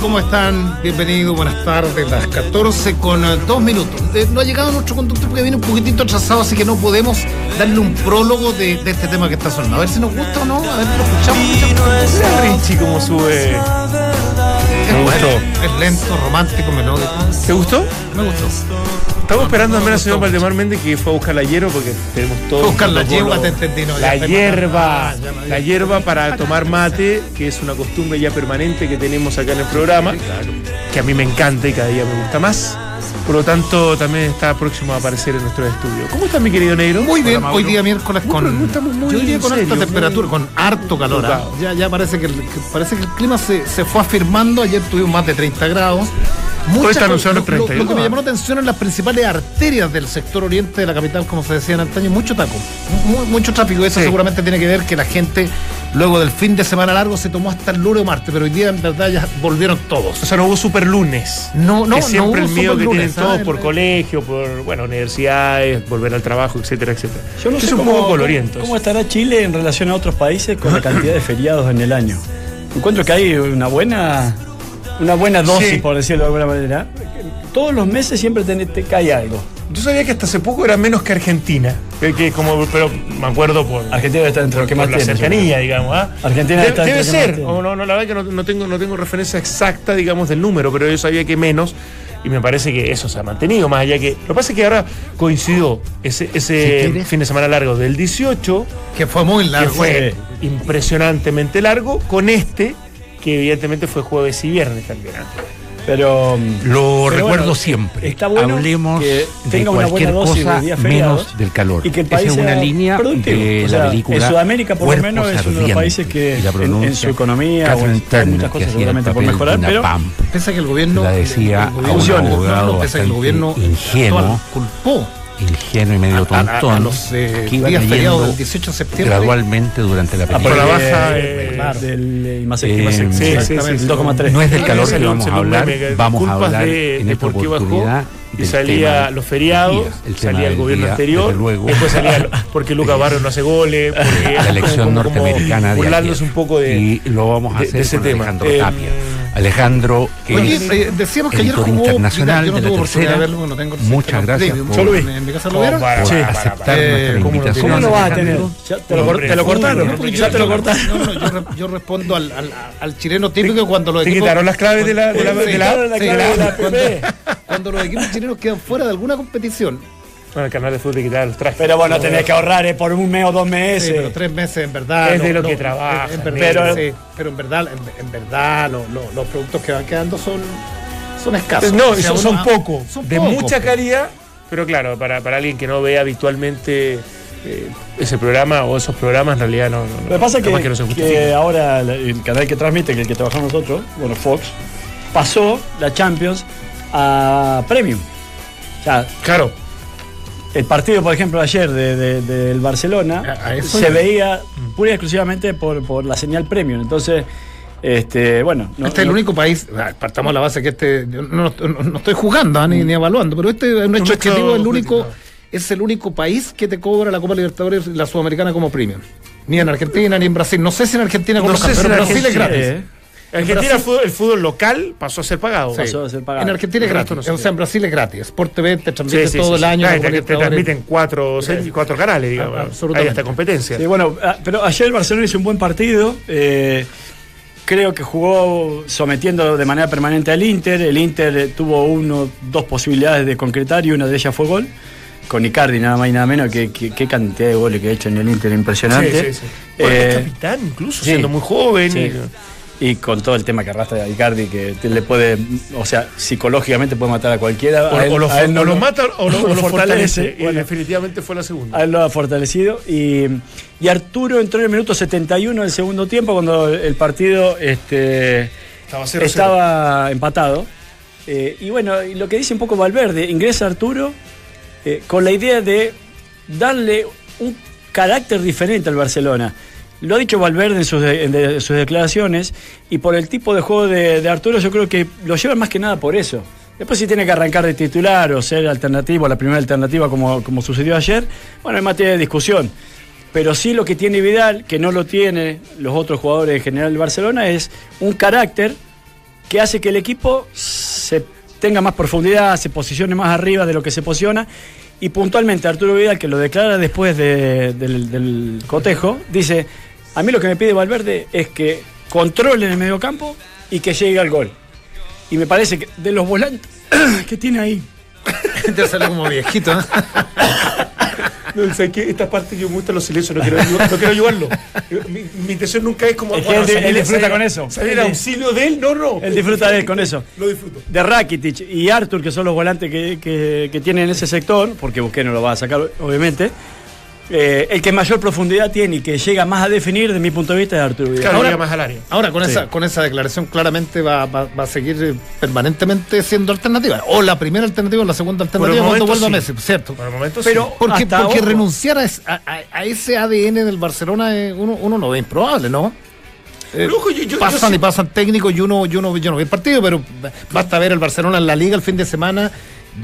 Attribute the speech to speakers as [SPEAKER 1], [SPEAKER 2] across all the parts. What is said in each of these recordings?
[SPEAKER 1] ¿Cómo están? Bienvenidos, buenas tardes, las 14 con eh, dos minutos. Eh, no ha llegado nuestro conductor porque viene un poquitito atrasado, así que no podemos darle un prólogo de, de este tema que está sonando. A ver si nos gusta o no, a ver, lo escuchamos.
[SPEAKER 2] Mira Richie cómo sube.
[SPEAKER 1] Es,
[SPEAKER 2] gustó.
[SPEAKER 1] es lento, romántico, melódico.
[SPEAKER 2] ¿Te gustó?
[SPEAKER 1] Me gustó.
[SPEAKER 2] Estamos esperando también al señor Valdemar Méndez que fue a buscar la hierba porque tenemos todo.
[SPEAKER 1] Fue a buscar
[SPEAKER 2] un
[SPEAKER 1] la
[SPEAKER 2] protocolo.
[SPEAKER 1] hierba, te entendí, no, ya
[SPEAKER 2] La
[SPEAKER 1] estoy matando.
[SPEAKER 2] hierba.
[SPEAKER 1] Ah, ya me había-
[SPEAKER 2] La hierba para tomar mate, que es una costumbre ya permanente que tenemos acá en el programa, que a mí me encanta y cada día me gusta más. Por lo tanto, también está próximo a aparecer en nuestro estudio. ¿Cómo está mi querido negro?
[SPEAKER 1] Muy bien,
[SPEAKER 2] Hola,
[SPEAKER 1] hoy
[SPEAKER 2] Mauro.
[SPEAKER 1] día miércoles
[SPEAKER 2] No, pero
[SPEAKER 1] con.
[SPEAKER 2] no estamos muy
[SPEAKER 1] yo diría con
[SPEAKER 2] en
[SPEAKER 1] alta
[SPEAKER 2] serio,
[SPEAKER 1] temperatura,
[SPEAKER 2] muy-
[SPEAKER 1] con harto calor. ¿ah?
[SPEAKER 2] Tocado.
[SPEAKER 1] Ya, ya parece que el, que parece que el clima se, se fue afirmando. Ayer tuvimos más de 30 grados. Muchas
[SPEAKER 2] esta
[SPEAKER 1] cosas-
[SPEAKER 2] noción
[SPEAKER 1] lo,
[SPEAKER 2] los 30,
[SPEAKER 1] lo- lo que me
[SPEAKER 2] ¿no?
[SPEAKER 1] llamó la atención en las principales arterias del sector oriente de la capital, como se decía en antaño, mucho taco, mu- mucho tráfico. Eso
[SPEAKER 2] Sí.
[SPEAKER 1] seguramente tiene que ver que la gente, luego del fin de semana largo, se tomó hasta el lunes o martes, pero hoy día en verdad ya volvieron todos.
[SPEAKER 2] O sea, no hubo super lunes.
[SPEAKER 1] No, no,
[SPEAKER 2] que siempre
[SPEAKER 1] no hubo
[SPEAKER 2] el miedo que
[SPEAKER 1] superlunes,
[SPEAKER 2] tienen todos
[SPEAKER 1] ¿ah?
[SPEAKER 2] por colegio, por bueno, universidades, volver al trabajo, etcétera, etcétera.
[SPEAKER 3] Yo
[SPEAKER 2] Eso
[SPEAKER 3] no
[SPEAKER 4] Este
[SPEAKER 3] sé
[SPEAKER 2] es un
[SPEAKER 3] cómo-
[SPEAKER 2] poco coloriento.
[SPEAKER 3] ¿Cómo estará Chile en relación a otros países con la cantidad de feriados en el año? Encuentro que hay una buena, una buena dosis,
[SPEAKER 2] Sí.
[SPEAKER 3] por decirlo de alguna manera. Todos los meses siempre te, te cae algo.
[SPEAKER 2] Yo sabía que hasta hace poco era menos que Argentina. Que, que como, pero me acuerdo por,
[SPEAKER 3] Argentina debe estar entre los que
[SPEAKER 2] por
[SPEAKER 3] más
[SPEAKER 2] la
[SPEAKER 3] tiene.
[SPEAKER 2] cercanía, digamos. ¿ah?
[SPEAKER 3] Argentina
[SPEAKER 2] De-
[SPEAKER 3] está entre
[SPEAKER 2] debe
[SPEAKER 3] los que más
[SPEAKER 2] ser.
[SPEAKER 3] tiene.
[SPEAKER 2] o no, no, la verdad que no, no tengo, no tengo referencia exacta, digamos, del número, pero yo sabía que menos. Y me parece que eso se ha mantenido, más allá que. Lo que pasa es que ahora coincidió ese, ese
[SPEAKER 1] Si quieres.
[SPEAKER 2] fin de semana largo del 18
[SPEAKER 1] Que fue muy
[SPEAKER 2] que
[SPEAKER 1] largo.
[SPEAKER 2] fue impresionantemente largo, con este, que evidentemente fue jueves y viernes también.
[SPEAKER 3] Pero mm,
[SPEAKER 4] Lo
[SPEAKER 3] Pero
[SPEAKER 4] recuerdo
[SPEAKER 3] bueno,
[SPEAKER 4] siempre.
[SPEAKER 3] está bueno
[SPEAKER 4] Hablemos
[SPEAKER 3] que
[SPEAKER 4] de
[SPEAKER 3] tenga una
[SPEAKER 4] cualquier
[SPEAKER 3] buena dosis de
[SPEAKER 4] cosa
[SPEAKER 3] días feriados
[SPEAKER 4] menos del calor.
[SPEAKER 3] y que el
[SPEAKER 4] Esa
[SPEAKER 3] país
[SPEAKER 4] es una
[SPEAKER 3] sea
[SPEAKER 4] línea
[SPEAKER 3] productivo.
[SPEAKER 4] de
[SPEAKER 3] O
[SPEAKER 4] la
[SPEAKER 3] sea,
[SPEAKER 4] película.
[SPEAKER 3] en Sudamérica, por lo menos,
[SPEAKER 4] Cuerpos
[SPEAKER 3] es uno de los
[SPEAKER 4] ardientes,
[SPEAKER 3] países que
[SPEAKER 4] y la
[SPEAKER 3] en- en
[SPEAKER 4] pronuncia
[SPEAKER 3] su economía,
[SPEAKER 4] Catherine
[SPEAKER 3] o en- hay
[SPEAKER 4] Turner,
[SPEAKER 3] muchas
[SPEAKER 4] que
[SPEAKER 3] cosas
[SPEAKER 4] hacía el
[SPEAKER 3] seguramente por
[SPEAKER 4] papel de
[SPEAKER 3] mejorar,
[SPEAKER 4] una
[SPEAKER 3] pero-
[SPEAKER 4] Pamp.
[SPEAKER 1] Pese a que el gobierno.
[SPEAKER 4] La decía
[SPEAKER 1] el gobierno-
[SPEAKER 4] a un
[SPEAKER 1] funciona,
[SPEAKER 4] abogado
[SPEAKER 1] no, pese a que el
[SPEAKER 4] bastante
[SPEAKER 1] gobierno
[SPEAKER 4] ingenuo.
[SPEAKER 1] actual culpó
[SPEAKER 4] ingenuo y medio
[SPEAKER 1] a- a-
[SPEAKER 4] tontón
[SPEAKER 1] a los, eh,
[SPEAKER 4] que iba
[SPEAKER 1] días feriados
[SPEAKER 4] cayendo
[SPEAKER 1] del 18 de septiembre.
[SPEAKER 4] gradualmente durante la
[SPEAKER 3] Ah,
[SPEAKER 2] por
[SPEAKER 4] película.
[SPEAKER 2] la
[SPEAKER 3] porque,
[SPEAKER 2] baja,
[SPEAKER 3] eh,
[SPEAKER 2] eh,
[SPEAKER 3] claro, del
[SPEAKER 4] Eh,
[SPEAKER 3] IMASEC,
[SPEAKER 4] sí, sí, sí,
[SPEAKER 2] sí.
[SPEAKER 3] el 2,3.
[SPEAKER 4] No es del
[SPEAKER 2] Ah,
[SPEAKER 4] calor
[SPEAKER 2] ese
[SPEAKER 4] que
[SPEAKER 2] lo-
[SPEAKER 4] vamos
[SPEAKER 2] ese
[SPEAKER 4] a
[SPEAKER 2] lo
[SPEAKER 4] hablar,
[SPEAKER 2] meme, que
[SPEAKER 4] vamos a
[SPEAKER 2] culpas
[SPEAKER 4] hablar
[SPEAKER 2] de-
[SPEAKER 4] en
[SPEAKER 2] de
[SPEAKER 4] esta
[SPEAKER 2] por qué bajó
[SPEAKER 4] oportunidad.
[SPEAKER 2] Y
[SPEAKER 4] del
[SPEAKER 2] salía
[SPEAKER 4] tema
[SPEAKER 2] los feriados,
[SPEAKER 4] del día, el tema
[SPEAKER 2] salía el
[SPEAKER 4] del
[SPEAKER 2] gobierno
[SPEAKER 4] día,
[SPEAKER 2] anterior,
[SPEAKER 4] desde luego.
[SPEAKER 2] después salía lo- porque Lucas Barrio no hace goles,
[SPEAKER 1] eh,
[SPEAKER 2] porque
[SPEAKER 4] la elección
[SPEAKER 2] como- como
[SPEAKER 4] norteamericana de
[SPEAKER 2] burlándose
[SPEAKER 4] ayer.
[SPEAKER 2] un poco de
[SPEAKER 4] y lo vamos a
[SPEAKER 2] de-
[SPEAKER 4] hacer
[SPEAKER 2] de ese
[SPEAKER 4] con
[SPEAKER 2] tema.
[SPEAKER 4] Alejandro
[SPEAKER 2] Eh,
[SPEAKER 4] Tapia. Alejandro
[SPEAKER 1] Oye,
[SPEAKER 4] es
[SPEAKER 1] eh, decíamos que ayer
[SPEAKER 4] editor
[SPEAKER 1] jugó
[SPEAKER 4] internacional
[SPEAKER 1] mira, yo no
[SPEAKER 4] de la
[SPEAKER 1] tuve oportunidad
[SPEAKER 4] tercera.
[SPEAKER 1] de verlo, porque no tengo el
[SPEAKER 4] Muchas
[SPEAKER 1] sistema
[SPEAKER 4] gracias
[SPEAKER 1] premium.
[SPEAKER 4] por-
[SPEAKER 1] Yo lo vi. En mi casa lo vieron.
[SPEAKER 2] para-
[SPEAKER 4] por
[SPEAKER 2] para-
[SPEAKER 4] aceptar
[SPEAKER 2] para-
[SPEAKER 1] Eh, ¿cómo
[SPEAKER 4] nuestra
[SPEAKER 1] lo
[SPEAKER 4] invitación.
[SPEAKER 3] ¿Cómo lo vas a tener?
[SPEAKER 4] Alejandro.
[SPEAKER 3] Ya te lo,
[SPEAKER 2] Hombre,
[SPEAKER 3] te lo cortaron,
[SPEAKER 2] fútbol,
[SPEAKER 3] ya te lo cortaron.
[SPEAKER 1] No, no, yo, re- yo respondo al, al, al chileno típico cuando los
[SPEAKER 2] Te quitaron las claves de la- de la-
[SPEAKER 1] Sí,
[SPEAKER 2] de la-
[SPEAKER 1] sí,
[SPEAKER 2] de
[SPEAKER 3] la-
[SPEAKER 1] sí,
[SPEAKER 3] de la
[SPEAKER 1] cuando-
[SPEAKER 3] PP.
[SPEAKER 1] Cuando los equipos chilenos quedan fuera de alguna competición,
[SPEAKER 2] Bueno, el canal de fútbol te quitaba los trajes.
[SPEAKER 3] Pero bueno, tenés que ahorrar eh, por un mes o dos meses. eh.
[SPEAKER 1] Sí, pero tres meses en verdad.
[SPEAKER 2] Es de lo que trabajan,
[SPEAKER 1] En, en verdad, sí,
[SPEAKER 2] pero-
[SPEAKER 1] pero, en verdad, en, en verdad lo- lo- los productos que van quedando son, son escasos.
[SPEAKER 2] Pues No,
[SPEAKER 1] O sea,
[SPEAKER 2] esos
[SPEAKER 1] uno
[SPEAKER 2] son
[SPEAKER 1] va-
[SPEAKER 2] pocos,
[SPEAKER 1] son
[SPEAKER 2] de
[SPEAKER 1] pocos,
[SPEAKER 2] mucha
[SPEAKER 1] pues.
[SPEAKER 2] calidad, pero claro, para, para alguien que no ve habitualmente eh, ese programa o esos programas, en realidad no. no-
[SPEAKER 3] Lo que pasa es
[SPEAKER 2] capaz
[SPEAKER 3] que,
[SPEAKER 2] no se
[SPEAKER 3] que
[SPEAKER 2] justifica.
[SPEAKER 3] ahora la- el canal que transmite, que el que trabajamos nosotros, bueno, Fox, pasó la Champions a Premium. O sea,
[SPEAKER 2] Claro,
[SPEAKER 3] el partido, por ejemplo, ayer de- de- del Barcelona
[SPEAKER 1] A- a eso
[SPEAKER 3] se
[SPEAKER 1] iba. Mm.
[SPEAKER 3] veía pura y exclusivamente por, por la señal Premium. Entonces, este, bueno. no-
[SPEAKER 1] Este es el
[SPEAKER 3] no-
[SPEAKER 1] único país, ah, partamos de la base que este, yo no, no- no estoy jugando ah, ni, ni evaluando, pero este es un hecho
[SPEAKER 2] hecho
[SPEAKER 1] objetivo, el único,
[SPEAKER 2] objetivo.
[SPEAKER 1] es el único país que te cobra la Copa Libertadores y la Sudamericana como premium. Ni en Argentina, ni en Brasil. No sé si en Argentina con
[SPEAKER 2] No
[SPEAKER 1] los
[SPEAKER 2] sé si
[SPEAKER 1] campeones, pero
[SPEAKER 2] en
[SPEAKER 1] Brasil es
[SPEAKER 2] Argentina,
[SPEAKER 1] gratis.
[SPEAKER 3] eh,
[SPEAKER 2] Argentina el fútbol, el fútbol local pasó a ser pagado.
[SPEAKER 1] Sí.
[SPEAKER 3] pasó a ser pagado.
[SPEAKER 1] En Argentina es
[SPEAKER 2] El resto
[SPEAKER 1] gratis.
[SPEAKER 2] no
[SPEAKER 1] o
[SPEAKER 2] se
[SPEAKER 1] sea, en Brasil es gratis. Sport TV te
[SPEAKER 2] Sí,
[SPEAKER 1] transmite
[SPEAKER 2] sí,
[SPEAKER 1] todo
[SPEAKER 2] sí,
[SPEAKER 1] el
[SPEAKER 2] sí.
[SPEAKER 1] año.
[SPEAKER 2] Ah,
[SPEAKER 1] la
[SPEAKER 2] te,
[SPEAKER 1] Copa
[SPEAKER 2] te
[SPEAKER 1] Libertadores.
[SPEAKER 2] transmiten cuatro, seis- cuatro canales, digamos.
[SPEAKER 1] Ah, absolutamente.
[SPEAKER 2] Hay hasta competencia.
[SPEAKER 3] Sí, bueno, ah, pero ayer el Barcelona hizo un buen partido. eh, creo que jugó sometiendo de manera permanente al Inter. El Inter eh, tuvo uno, dos posibilidades de concretar y una de ellas fue gol. Con Icardi, nada más y nada menos. que que- qué cantidad de goles que ha hecho en el Inter, impresionante.
[SPEAKER 2] Sí, sí, sí. Bueno,
[SPEAKER 3] Eh,
[SPEAKER 2] es capitán, incluso
[SPEAKER 3] sí.
[SPEAKER 2] siendo muy joven.
[SPEAKER 3] Sí. Y con todo el tema que arrastra a Icardi, que te- le puede, o sea, psicológicamente puede matar a cualquiera.
[SPEAKER 2] O,
[SPEAKER 3] a él-
[SPEAKER 2] o lo,
[SPEAKER 3] a él no
[SPEAKER 2] o lo
[SPEAKER 3] lo-
[SPEAKER 2] mata o lo, o
[SPEAKER 3] no
[SPEAKER 2] lo fortalece. y
[SPEAKER 3] Bueno,
[SPEAKER 2] definitivamente fue la segunda.
[SPEAKER 3] a él lo ha fortalecido. Y, y Arturo entró en el minuto 71 del segundo tiempo cuando el partido este,
[SPEAKER 2] Estaba 0-0.
[SPEAKER 3] estaba empatado. Eh, y bueno, y lo que dice un poco Valverde, ingresa Arturo eh, con la idea de darle un carácter diferente al Barcelona. Lo ha dicho Valverde en sus, de- en de- sus declaraciones y por el tipo de juego de, de Arturo yo creo que lo llevan más que nada por eso. Después si tiene que arrancar de titular o ser alternativo, la primera alternativa como, como sucedió ayer, bueno, es materia de discusión. Pero sí lo que tiene Vidal, que no lo tiene los otros jugadores en general del Barcelona, es un carácter que hace que el equipo se tenga más profundidad, se posicione más arriba de lo que se posiciona. Y puntualmente Arturo Vidal, que lo declara después de- del, del cotejo, dice, a mí lo que me pide Valverde es que controle en el mediocampo y que llegue al gol. Y me parece que de los volantes que tiene ahí,
[SPEAKER 1] Te sale como viejito. ¿eh?
[SPEAKER 2] No, o sea, que esta parte yo me gusta los silencios, no quiero, ayud- no quiero ayudarlo. Mi, mi intención nunca es como.
[SPEAKER 3] Es que él- él disfruta
[SPEAKER 2] salir-
[SPEAKER 3] con eso.
[SPEAKER 2] Salir
[SPEAKER 3] Él
[SPEAKER 2] a
[SPEAKER 3] di-
[SPEAKER 2] auxilio de él, no, no.
[SPEAKER 3] él disfruta de él con eso.
[SPEAKER 2] Lo disfruto.
[SPEAKER 3] de Rakitic y Arthur, que son los volantes que, que- que tienen en ese sector, porque Busquets no lo va a sacar, obviamente. eh, el que mayor profundidad tiene y que llega más a definir, de mi punto de vista, es Arturo Vidal.
[SPEAKER 2] Claro,
[SPEAKER 1] Ahora-
[SPEAKER 2] llega más al área.
[SPEAKER 1] Ahora, con,
[SPEAKER 3] Sí.
[SPEAKER 1] esa, con esa declaración claramente va, va- va a seguir eh, permanentemente siendo alternativa. O la primera alternativa o la segunda alternativa cuando
[SPEAKER 2] momento,
[SPEAKER 1] vuelva Messi,
[SPEAKER 2] sí.
[SPEAKER 1] ¿cierto?
[SPEAKER 2] Por el momento,
[SPEAKER 3] Pero-
[SPEAKER 2] sí.
[SPEAKER 1] Porque,
[SPEAKER 3] Hasta
[SPEAKER 1] porque
[SPEAKER 3] ahora.
[SPEAKER 1] renunciar a, es- a- a- a ese ADN del Barcelona eh, uno, uno lo ve improbable, ¿no? Eh,
[SPEAKER 2] Pero, ojo, yo- yo-
[SPEAKER 1] pasan
[SPEAKER 2] yo sí-
[SPEAKER 1] y pasan técnicos y uno, yo no yo no vi el partido, pero basta ver el Barcelona en la liga el fin de semana.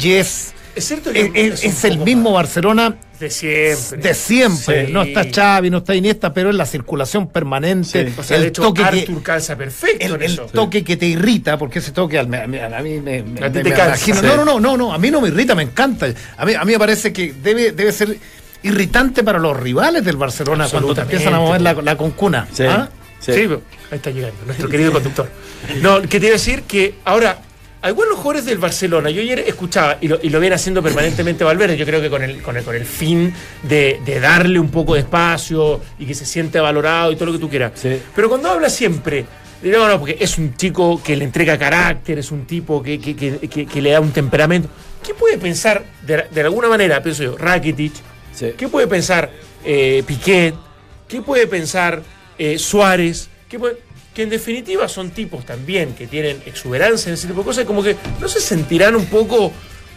[SPEAKER 1] Yes.
[SPEAKER 2] Es cierto que
[SPEAKER 1] Es, es-
[SPEAKER 2] un
[SPEAKER 1] es el
[SPEAKER 2] poco
[SPEAKER 1] mismo
[SPEAKER 2] más
[SPEAKER 1] Barcelona
[SPEAKER 2] de siempre.
[SPEAKER 1] de siempre.
[SPEAKER 2] Sí.
[SPEAKER 1] No está Xavi, no está Iniesta, pero es la circulación permanente.
[SPEAKER 3] Sí.
[SPEAKER 2] O sea,
[SPEAKER 1] el
[SPEAKER 2] de hecho,
[SPEAKER 1] toque que-
[SPEAKER 2] Arthur calza perfecto
[SPEAKER 1] el,
[SPEAKER 2] en
[SPEAKER 1] el
[SPEAKER 2] eso.
[SPEAKER 1] toque que te irrita, porque ese toque al- me- a mí, a mí me, me-
[SPEAKER 2] A ti
[SPEAKER 1] me-
[SPEAKER 2] te
[SPEAKER 1] me
[SPEAKER 2] cansa.
[SPEAKER 1] imagino.
[SPEAKER 2] Sí.
[SPEAKER 1] No, no, no, no, no, a mí no me irrita, me encanta. A mí, a mí me parece que debe, debe ser irritante para los rivales del Barcelona cuando te
[SPEAKER 2] Absolutamente.
[SPEAKER 1] empiezan a mover la, la concuna.
[SPEAKER 3] Sí.
[SPEAKER 1] ¿ah?
[SPEAKER 2] Sí, pero ahí está llegando nuestro querido conductor. No, que te iba a decir que ahora, algunos jugadores del Barcelona, yo ayer escuchaba, y lo, y lo viene haciendo permanentemente Valverde, yo creo que con el, con el, con el fin de, de darle un poco de espacio y que se sienta valorado y todo lo que tú quieras.
[SPEAKER 3] Sí.
[SPEAKER 2] Pero cuando habla siempre, dirá, no, no, porque es un chico que le entrega carácter, es un tipo que, que- que- que- que le da un temperamento. ¿Qué puede pensar, de, de alguna manera, pienso yo, Rakitic,
[SPEAKER 3] Sí.
[SPEAKER 2] ¿Qué puede pensar eh, Piquet? ¿Qué puede pensar eh, Suárez? ¿Qué puede- Que en definitiva son tipos también que tienen exuberancia en ese tipo de cosas, como que no se sentirán un poco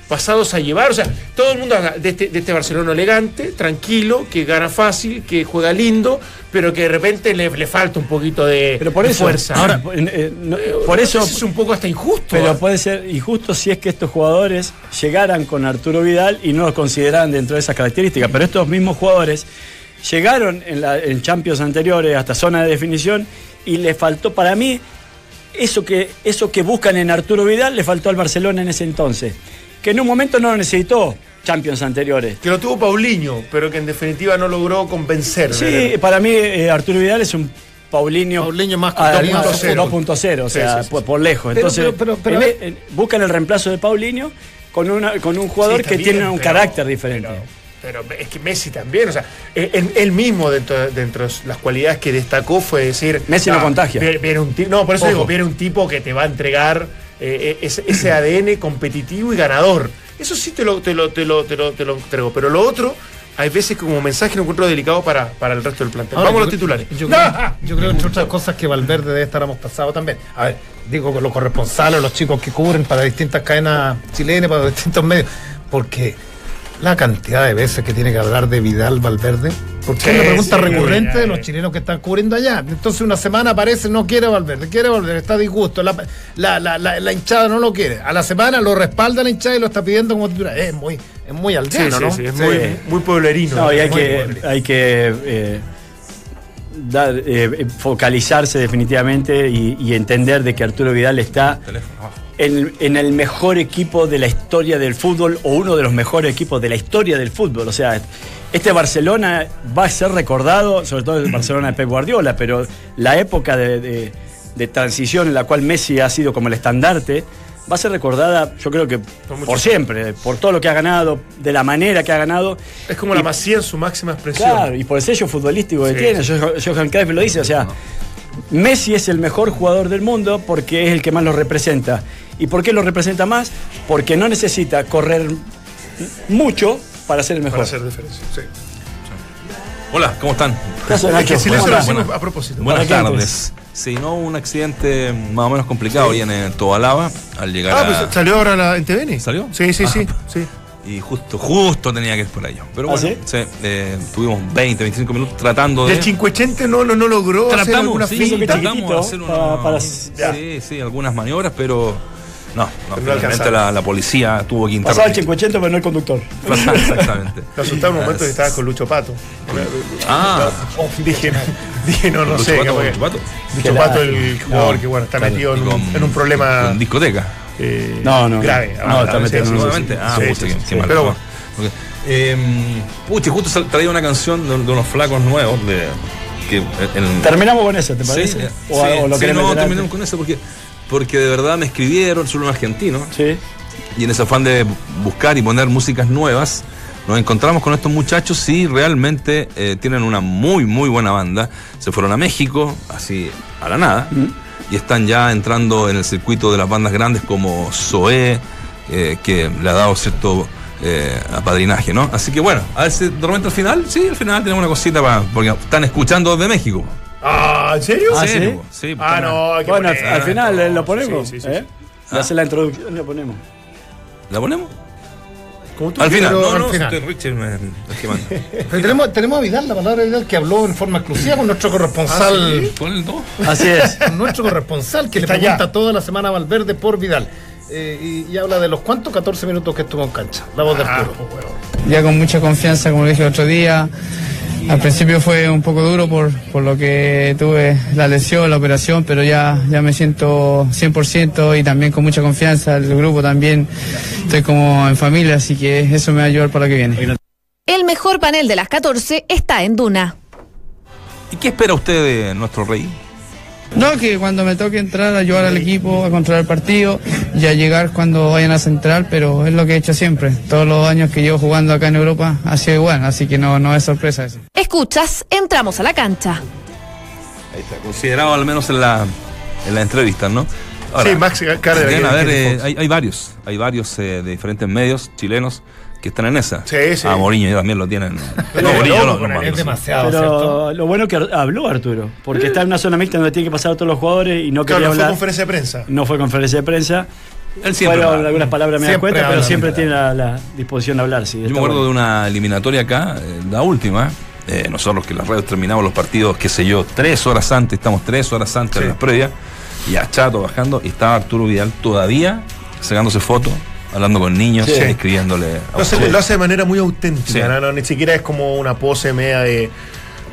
[SPEAKER 2] pasados a llevar. O sea, todo el mundo habla de este, de este Barcelona elegante, tranquilo, que gana fácil, que juega lindo, pero que de repente le, le falta un poquito de,
[SPEAKER 3] Pero por
[SPEAKER 2] de
[SPEAKER 3] eso,
[SPEAKER 2] fuerza.
[SPEAKER 3] ahora, eh, eh, no,
[SPEAKER 2] Eh,
[SPEAKER 3] por eso,
[SPEAKER 2] es un poco hasta injusto. ¿eh?
[SPEAKER 3] pero puede ser injusto si es que estos jugadores llegaran con Arturo Vidal y no los consideraran dentro de esas características. Pero estos mismos jugadores llegaron en, la- en Champions anteriores hasta zona de definición y les faltó, para mí, eso que, eso que buscan en Arturo Vidal le faltó al Barcelona en ese entonces. Que en un momento no lo necesitó Champions anteriores.
[SPEAKER 2] que lo tuvo Paulinho, pero que en definitiva no logró convencer.
[SPEAKER 3] Sí, para mí eh, Arturo Vidal es un Paulinho,
[SPEAKER 1] Paulinho más que
[SPEAKER 3] a-
[SPEAKER 2] 2.0.
[SPEAKER 3] 2.0, o sea,
[SPEAKER 2] Sí, sí, sí.
[SPEAKER 3] Por, por lejos.
[SPEAKER 1] Pero,
[SPEAKER 3] Entonces,
[SPEAKER 1] pero, pero, pero-
[SPEAKER 3] en vez- en- buscan el reemplazo de Paulinho con, una, con un jugador
[SPEAKER 2] Sí,
[SPEAKER 3] que
[SPEAKER 2] también,
[SPEAKER 3] tiene un
[SPEAKER 2] pero-
[SPEAKER 3] carácter diferente.
[SPEAKER 2] Pero, pero es que Messi también, o sea, eh, él, él mismo dentro, dentro de las cualidades que destacó fue decir.
[SPEAKER 3] Messi no contagia.
[SPEAKER 2] Viene, viene un ti- no, por eso
[SPEAKER 1] Ojo.
[SPEAKER 2] digo, viene un tipo que te va a entregar eh, eh, ese, ese ADN competitivo y ganador. Eso sí te lo, te lo, te lo, te lo, te lo entrego. Pero lo otro, hay veces que como mensaje lo encuentro delicado para, para el resto del plantel.
[SPEAKER 1] Ahora,
[SPEAKER 2] Vamos
[SPEAKER 1] yo-
[SPEAKER 2] a los titulares.
[SPEAKER 1] Yo,
[SPEAKER 2] ¡No!
[SPEAKER 1] creo, yo creo, entre otras cosas, que Valverde debe estar amostazado también. A ver, digo con los corresponsales, los chicos que cubren para distintas cadenas chilenas, para distintos medios, porque la cantidad de veces que tiene que hablar de Vidal Valverde, porque es la
[SPEAKER 2] Sí,
[SPEAKER 1] pregunta
[SPEAKER 2] sí, eh.
[SPEAKER 1] recurrente
[SPEAKER 2] ya,
[SPEAKER 1] de
[SPEAKER 2] ya.
[SPEAKER 1] los chilenos que están cubriendo allá. Entonces una semana aparece, no quiere Valverde, quiere Valverde, está disgusto, la, la, la, la- la hinchada no lo quiere. A la semana lo respalda la hinchada y lo está pidiendo como titular. Es muy, es muy
[SPEAKER 2] Sí,
[SPEAKER 1] aldeano,
[SPEAKER 2] sí,
[SPEAKER 1] ¿no?
[SPEAKER 2] sí, es
[SPEAKER 1] Sí.
[SPEAKER 2] Muy, muy pueblerino.
[SPEAKER 3] No, y hay
[SPEAKER 2] Muy
[SPEAKER 3] que,
[SPEAKER 2] pueblerino.
[SPEAKER 3] hay que eh, dar, eh, focalizarse definitivamente y, y entender de que Arturo Vidal está en, en el mejor equipo de la historia del fútbol o uno de los mejores equipos de la historia del fútbol. O sea, este Barcelona va a ser recordado, sobre todo el Barcelona de Pep Guardiola, pero la época de, de- de transición en la cual Messi ha sido como el estandarte. Va a ser recordada, yo creo que
[SPEAKER 2] mucho
[SPEAKER 3] por siempre, por todo lo que ha ganado, de la manera que ha ganado.
[SPEAKER 2] Es como la Masía en su máxima expresión.
[SPEAKER 3] Claro, y por el sello futbolístico que
[SPEAKER 2] Sí.
[SPEAKER 3] tiene, Jo- Johan Cruyff lo dice, o sea, Messi es el mejor jugador del mundo porque es el que más lo representa. ¿Y por qué lo representa más? Porque no necesita correr m- mucho para ser el mejor.
[SPEAKER 2] Para hacer diferencia. Sí.
[SPEAKER 5] Hola, ¿cómo están?
[SPEAKER 3] ¿Qué haces, Nacho?
[SPEAKER 2] Es que el silencio
[SPEAKER 3] Hola.
[SPEAKER 2] lo hacemos a propósito.
[SPEAKER 5] Buenas
[SPEAKER 3] ¿Para qué,
[SPEAKER 5] tardes. Sí, no, un accidente más o menos complicado hoy en eh, Tobalaba al llegar
[SPEAKER 2] Ah,
[SPEAKER 5] a-
[SPEAKER 2] pues salió ahora la, en TVN.
[SPEAKER 5] ¿Salió?
[SPEAKER 2] Sí, sí,
[SPEAKER 5] Ah,
[SPEAKER 2] sí, sí.
[SPEAKER 5] y justo, justo tenía que ir por allá. Pero
[SPEAKER 3] ¿Ah,
[SPEAKER 5] bueno,
[SPEAKER 3] sí?
[SPEAKER 5] eh, tuvimos 20, 25 minutos tratando
[SPEAKER 2] Y
[SPEAKER 5] de...
[SPEAKER 2] el Cinquecente no, no, no logró hacer alguna
[SPEAKER 5] Tratamos, sí,
[SPEAKER 2] finta.
[SPEAKER 5] tratamos de
[SPEAKER 3] Chiquitito,
[SPEAKER 5] hacer
[SPEAKER 3] para-
[SPEAKER 5] unos-
[SPEAKER 3] para-
[SPEAKER 5] sí, sí, algunas maniobras, pero No, no,
[SPEAKER 2] Pero no
[SPEAKER 5] finalmente
[SPEAKER 2] alcanzaron.
[SPEAKER 5] la, la policía tuvo que
[SPEAKER 3] Pasaba el
[SPEAKER 5] intervenir.
[SPEAKER 3] 580, pero no el conductor.
[SPEAKER 5] Exactamente.
[SPEAKER 2] Lo asustaba en un momento que estabas con Lucho Pato.
[SPEAKER 5] Ah,
[SPEAKER 2] Dije, dije no, no
[SPEAKER 5] Lucho
[SPEAKER 2] sé.
[SPEAKER 5] Pato,
[SPEAKER 2] capaz que-
[SPEAKER 5] Lucho Pato.
[SPEAKER 2] Lucho Pato, el jugador que bueno, está
[SPEAKER 5] Claro,
[SPEAKER 2] metido en
[SPEAKER 5] y
[SPEAKER 2] un,
[SPEAKER 5] con-
[SPEAKER 2] en un problema
[SPEAKER 5] Con discoteca.
[SPEAKER 2] eh,
[SPEAKER 3] No, no.
[SPEAKER 2] grave. Ah,
[SPEAKER 3] No, está
[SPEAKER 2] sí,
[SPEAKER 3] metido en
[SPEAKER 2] sí,
[SPEAKER 3] un-
[SPEAKER 2] sí,
[SPEAKER 5] Nuevamente.
[SPEAKER 2] sí,
[SPEAKER 5] Ah,
[SPEAKER 2] sí,
[SPEAKER 5] pucha,
[SPEAKER 2] sí,
[SPEAKER 5] qué-
[SPEAKER 2] sí.
[SPEAKER 5] qué mal.
[SPEAKER 2] Pero bueno,
[SPEAKER 5] Ok. Em, pucha, justo sal- traía una canción de, de unos flacos nuevos de que en-
[SPEAKER 3] Terminamos con eso, ¿te
[SPEAKER 5] Sí,
[SPEAKER 3] parece?
[SPEAKER 5] sí,
[SPEAKER 3] o, o lo
[SPEAKER 5] sí,
[SPEAKER 3] querés
[SPEAKER 5] no,
[SPEAKER 3] meter
[SPEAKER 5] terminemos
[SPEAKER 3] antes.
[SPEAKER 5] con eso porque, porque de verdad me escribieron, solo un argentino,
[SPEAKER 3] Sí.
[SPEAKER 5] y en ese afán de bu- buscar y poner músicas nuevas, nos encontramos con estos muchachos y realmente eh, tienen una muy, muy buena banda. Se fueron a México, así a la nada, y están ya entrando en el circuito de las bandas grandes como Zoé, eh, que le ha dado cierto eh, apadrinaje, ¿no? Así que bueno, a ver si de repente al final, sí, al final tenemos una cosita para, porque están escuchando desde México.
[SPEAKER 2] Ah, ¿en serio?
[SPEAKER 3] Ah,
[SPEAKER 5] Sí,
[SPEAKER 3] ¿sí?
[SPEAKER 5] po, sí,
[SPEAKER 2] Ah,
[SPEAKER 5] están-
[SPEAKER 2] no, hay que
[SPEAKER 3] Bueno, al,
[SPEAKER 2] poner- Ah,
[SPEAKER 3] al final eh, lo ponemos.
[SPEAKER 2] Sí, Ah. sí, sí,
[SPEAKER 3] ¿eh? Le hace la introducción, lo ponemos.
[SPEAKER 5] ¿La ponemos?
[SPEAKER 2] Como tú
[SPEAKER 5] Al
[SPEAKER 2] quieras,
[SPEAKER 5] final.
[SPEAKER 2] pero
[SPEAKER 5] No,
[SPEAKER 1] al
[SPEAKER 5] no,
[SPEAKER 1] final.
[SPEAKER 5] estoy- Richard me- me está quemando.
[SPEAKER 1] Pero tenemos, tenemos a Vidal, la palabra de Vidal, que habló en forma exclusiva con nuestro corresponsal.
[SPEAKER 5] Ponle todo.
[SPEAKER 3] Así es.
[SPEAKER 1] con nuestro corresponsal que
[SPEAKER 2] Está
[SPEAKER 1] le pregunta
[SPEAKER 2] allá.
[SPEAKER 1] toda la semana a Valverde por Vidal. Eh, y, y habla de los cuantos 14 minutos que estuvo en cancha. La voz de
[SPEAKER 2] Ah,
[SPEAKER 1] Arturo.
[SPEAKER 6] ya con mucha confianza, como le dije el otro día. Al principio fue un poco duro por, por lo que tuve la lesión, la operación, pero ya, ya me siento 100% y también con mucha confianza. El grupo también, estoy como en familia, así que eso me va a ayudar para lo que viene.
[SPEAKER 7] El mejor panel de las 14 está en Duna.
[SPEAKER 5] ¿Y qué espera usted de nuestro rey?
[SPEAKER 6] No, que cuando me toque entrar a ayudar al equipo, a controlar el partido y a llegar cuando vayan a central, pero es lo que he hecho siempre. Todos los años que llevo jugando acá en Europa ha sido igual, así que no, no es sorpresa eso.
[SPEAKER 7] Escuchas, entramos a la cancha.
[SPEAKER 5] Ahí está, considerado al menos en la, en la entrevista, ¿no? Ahora,
[SPEAKER 2] Sí, Max Cárdenas.
[SPEAKER 5] deben
[SPEAKER 2] que-
[SPEAKER 5] haber,
[SPEAKER 2] que-
[SPEAKER 5] eh, hay, hay varios, hay varios eh, de diferentes medios chilenos que están en esa.
[SPEAKER 2] Sí, sí.
[SPEAKER 5] A Mourinho también lo tienen.
[SPEAKER 1] Pero
[SPEAKER 5] No, Mourinho
[SPEAKER 1] loco
[SPEAKER 5] lo-
[SPEAKER 1] con
[SPEAKER 5] lo
[SPEAKER 1] él,
[SPEAKER 5] manda,
[SPEAKER 1] es
[SPEAKER 5] sí.
[SPEAKER 1] demasiado, Ah, ¿cierto?
[SPEAKER 3] Pero lo bueno que habló Arturo, porque está en una zona mixta donde tiene que pasar a todos los jugadores y no
[SPEAKER 2] Claro,
[SPEAKER 3] quería
[SPEAKER 2] no fue
[SPEAKER 3] hablar.
[SPEAKER 2] conferencia de prensa.
[SPEAKER 3] no fue conferencia de prensa.
[SPEAKER 5] Él siempre
[SPEAKER 3] Fueron
[SPEAKER 5] habla.
[SPEAKER 3] algunas palabras me dan
[SPEAKER 1] Siempre
[SPEAKER 3] cuenta, pero
[SPEAKER 1] habla,
[SPEAKER 3] siempre
[SPEAKER 1] mira.
[SPEAKER 3] tiene la, la disposición de hablar. Sí,
[SPEAKER 5] Yo
[SPEAKER 3] está
[SPEAKER 5] me acuerdo
[SPEAKER 3] bueno.
[SPEAKER 5] de una eliminatoria acá, eh, la última. eh, nosotros que en las redes terminamos los partidos, qué sé yo, tres horas antes, estamos tres horas antes de las previas, y a Chato bajando, y estaba Arturo Vidal todavía sacándose fotos, hablando con niños,
[SPEAKER 2] Sí.
[SPEAKER 5] escribiéndole. a
[SPEAKER 2] Lo hace,
[SPEAKER 5] ustedes.
[SPEAKER 2] lo hace de manera muy auténtica,
[SPEAKER 5] Sí.
[SPEAKER 2] ¿no? No, ni siquiera es como una pose media de,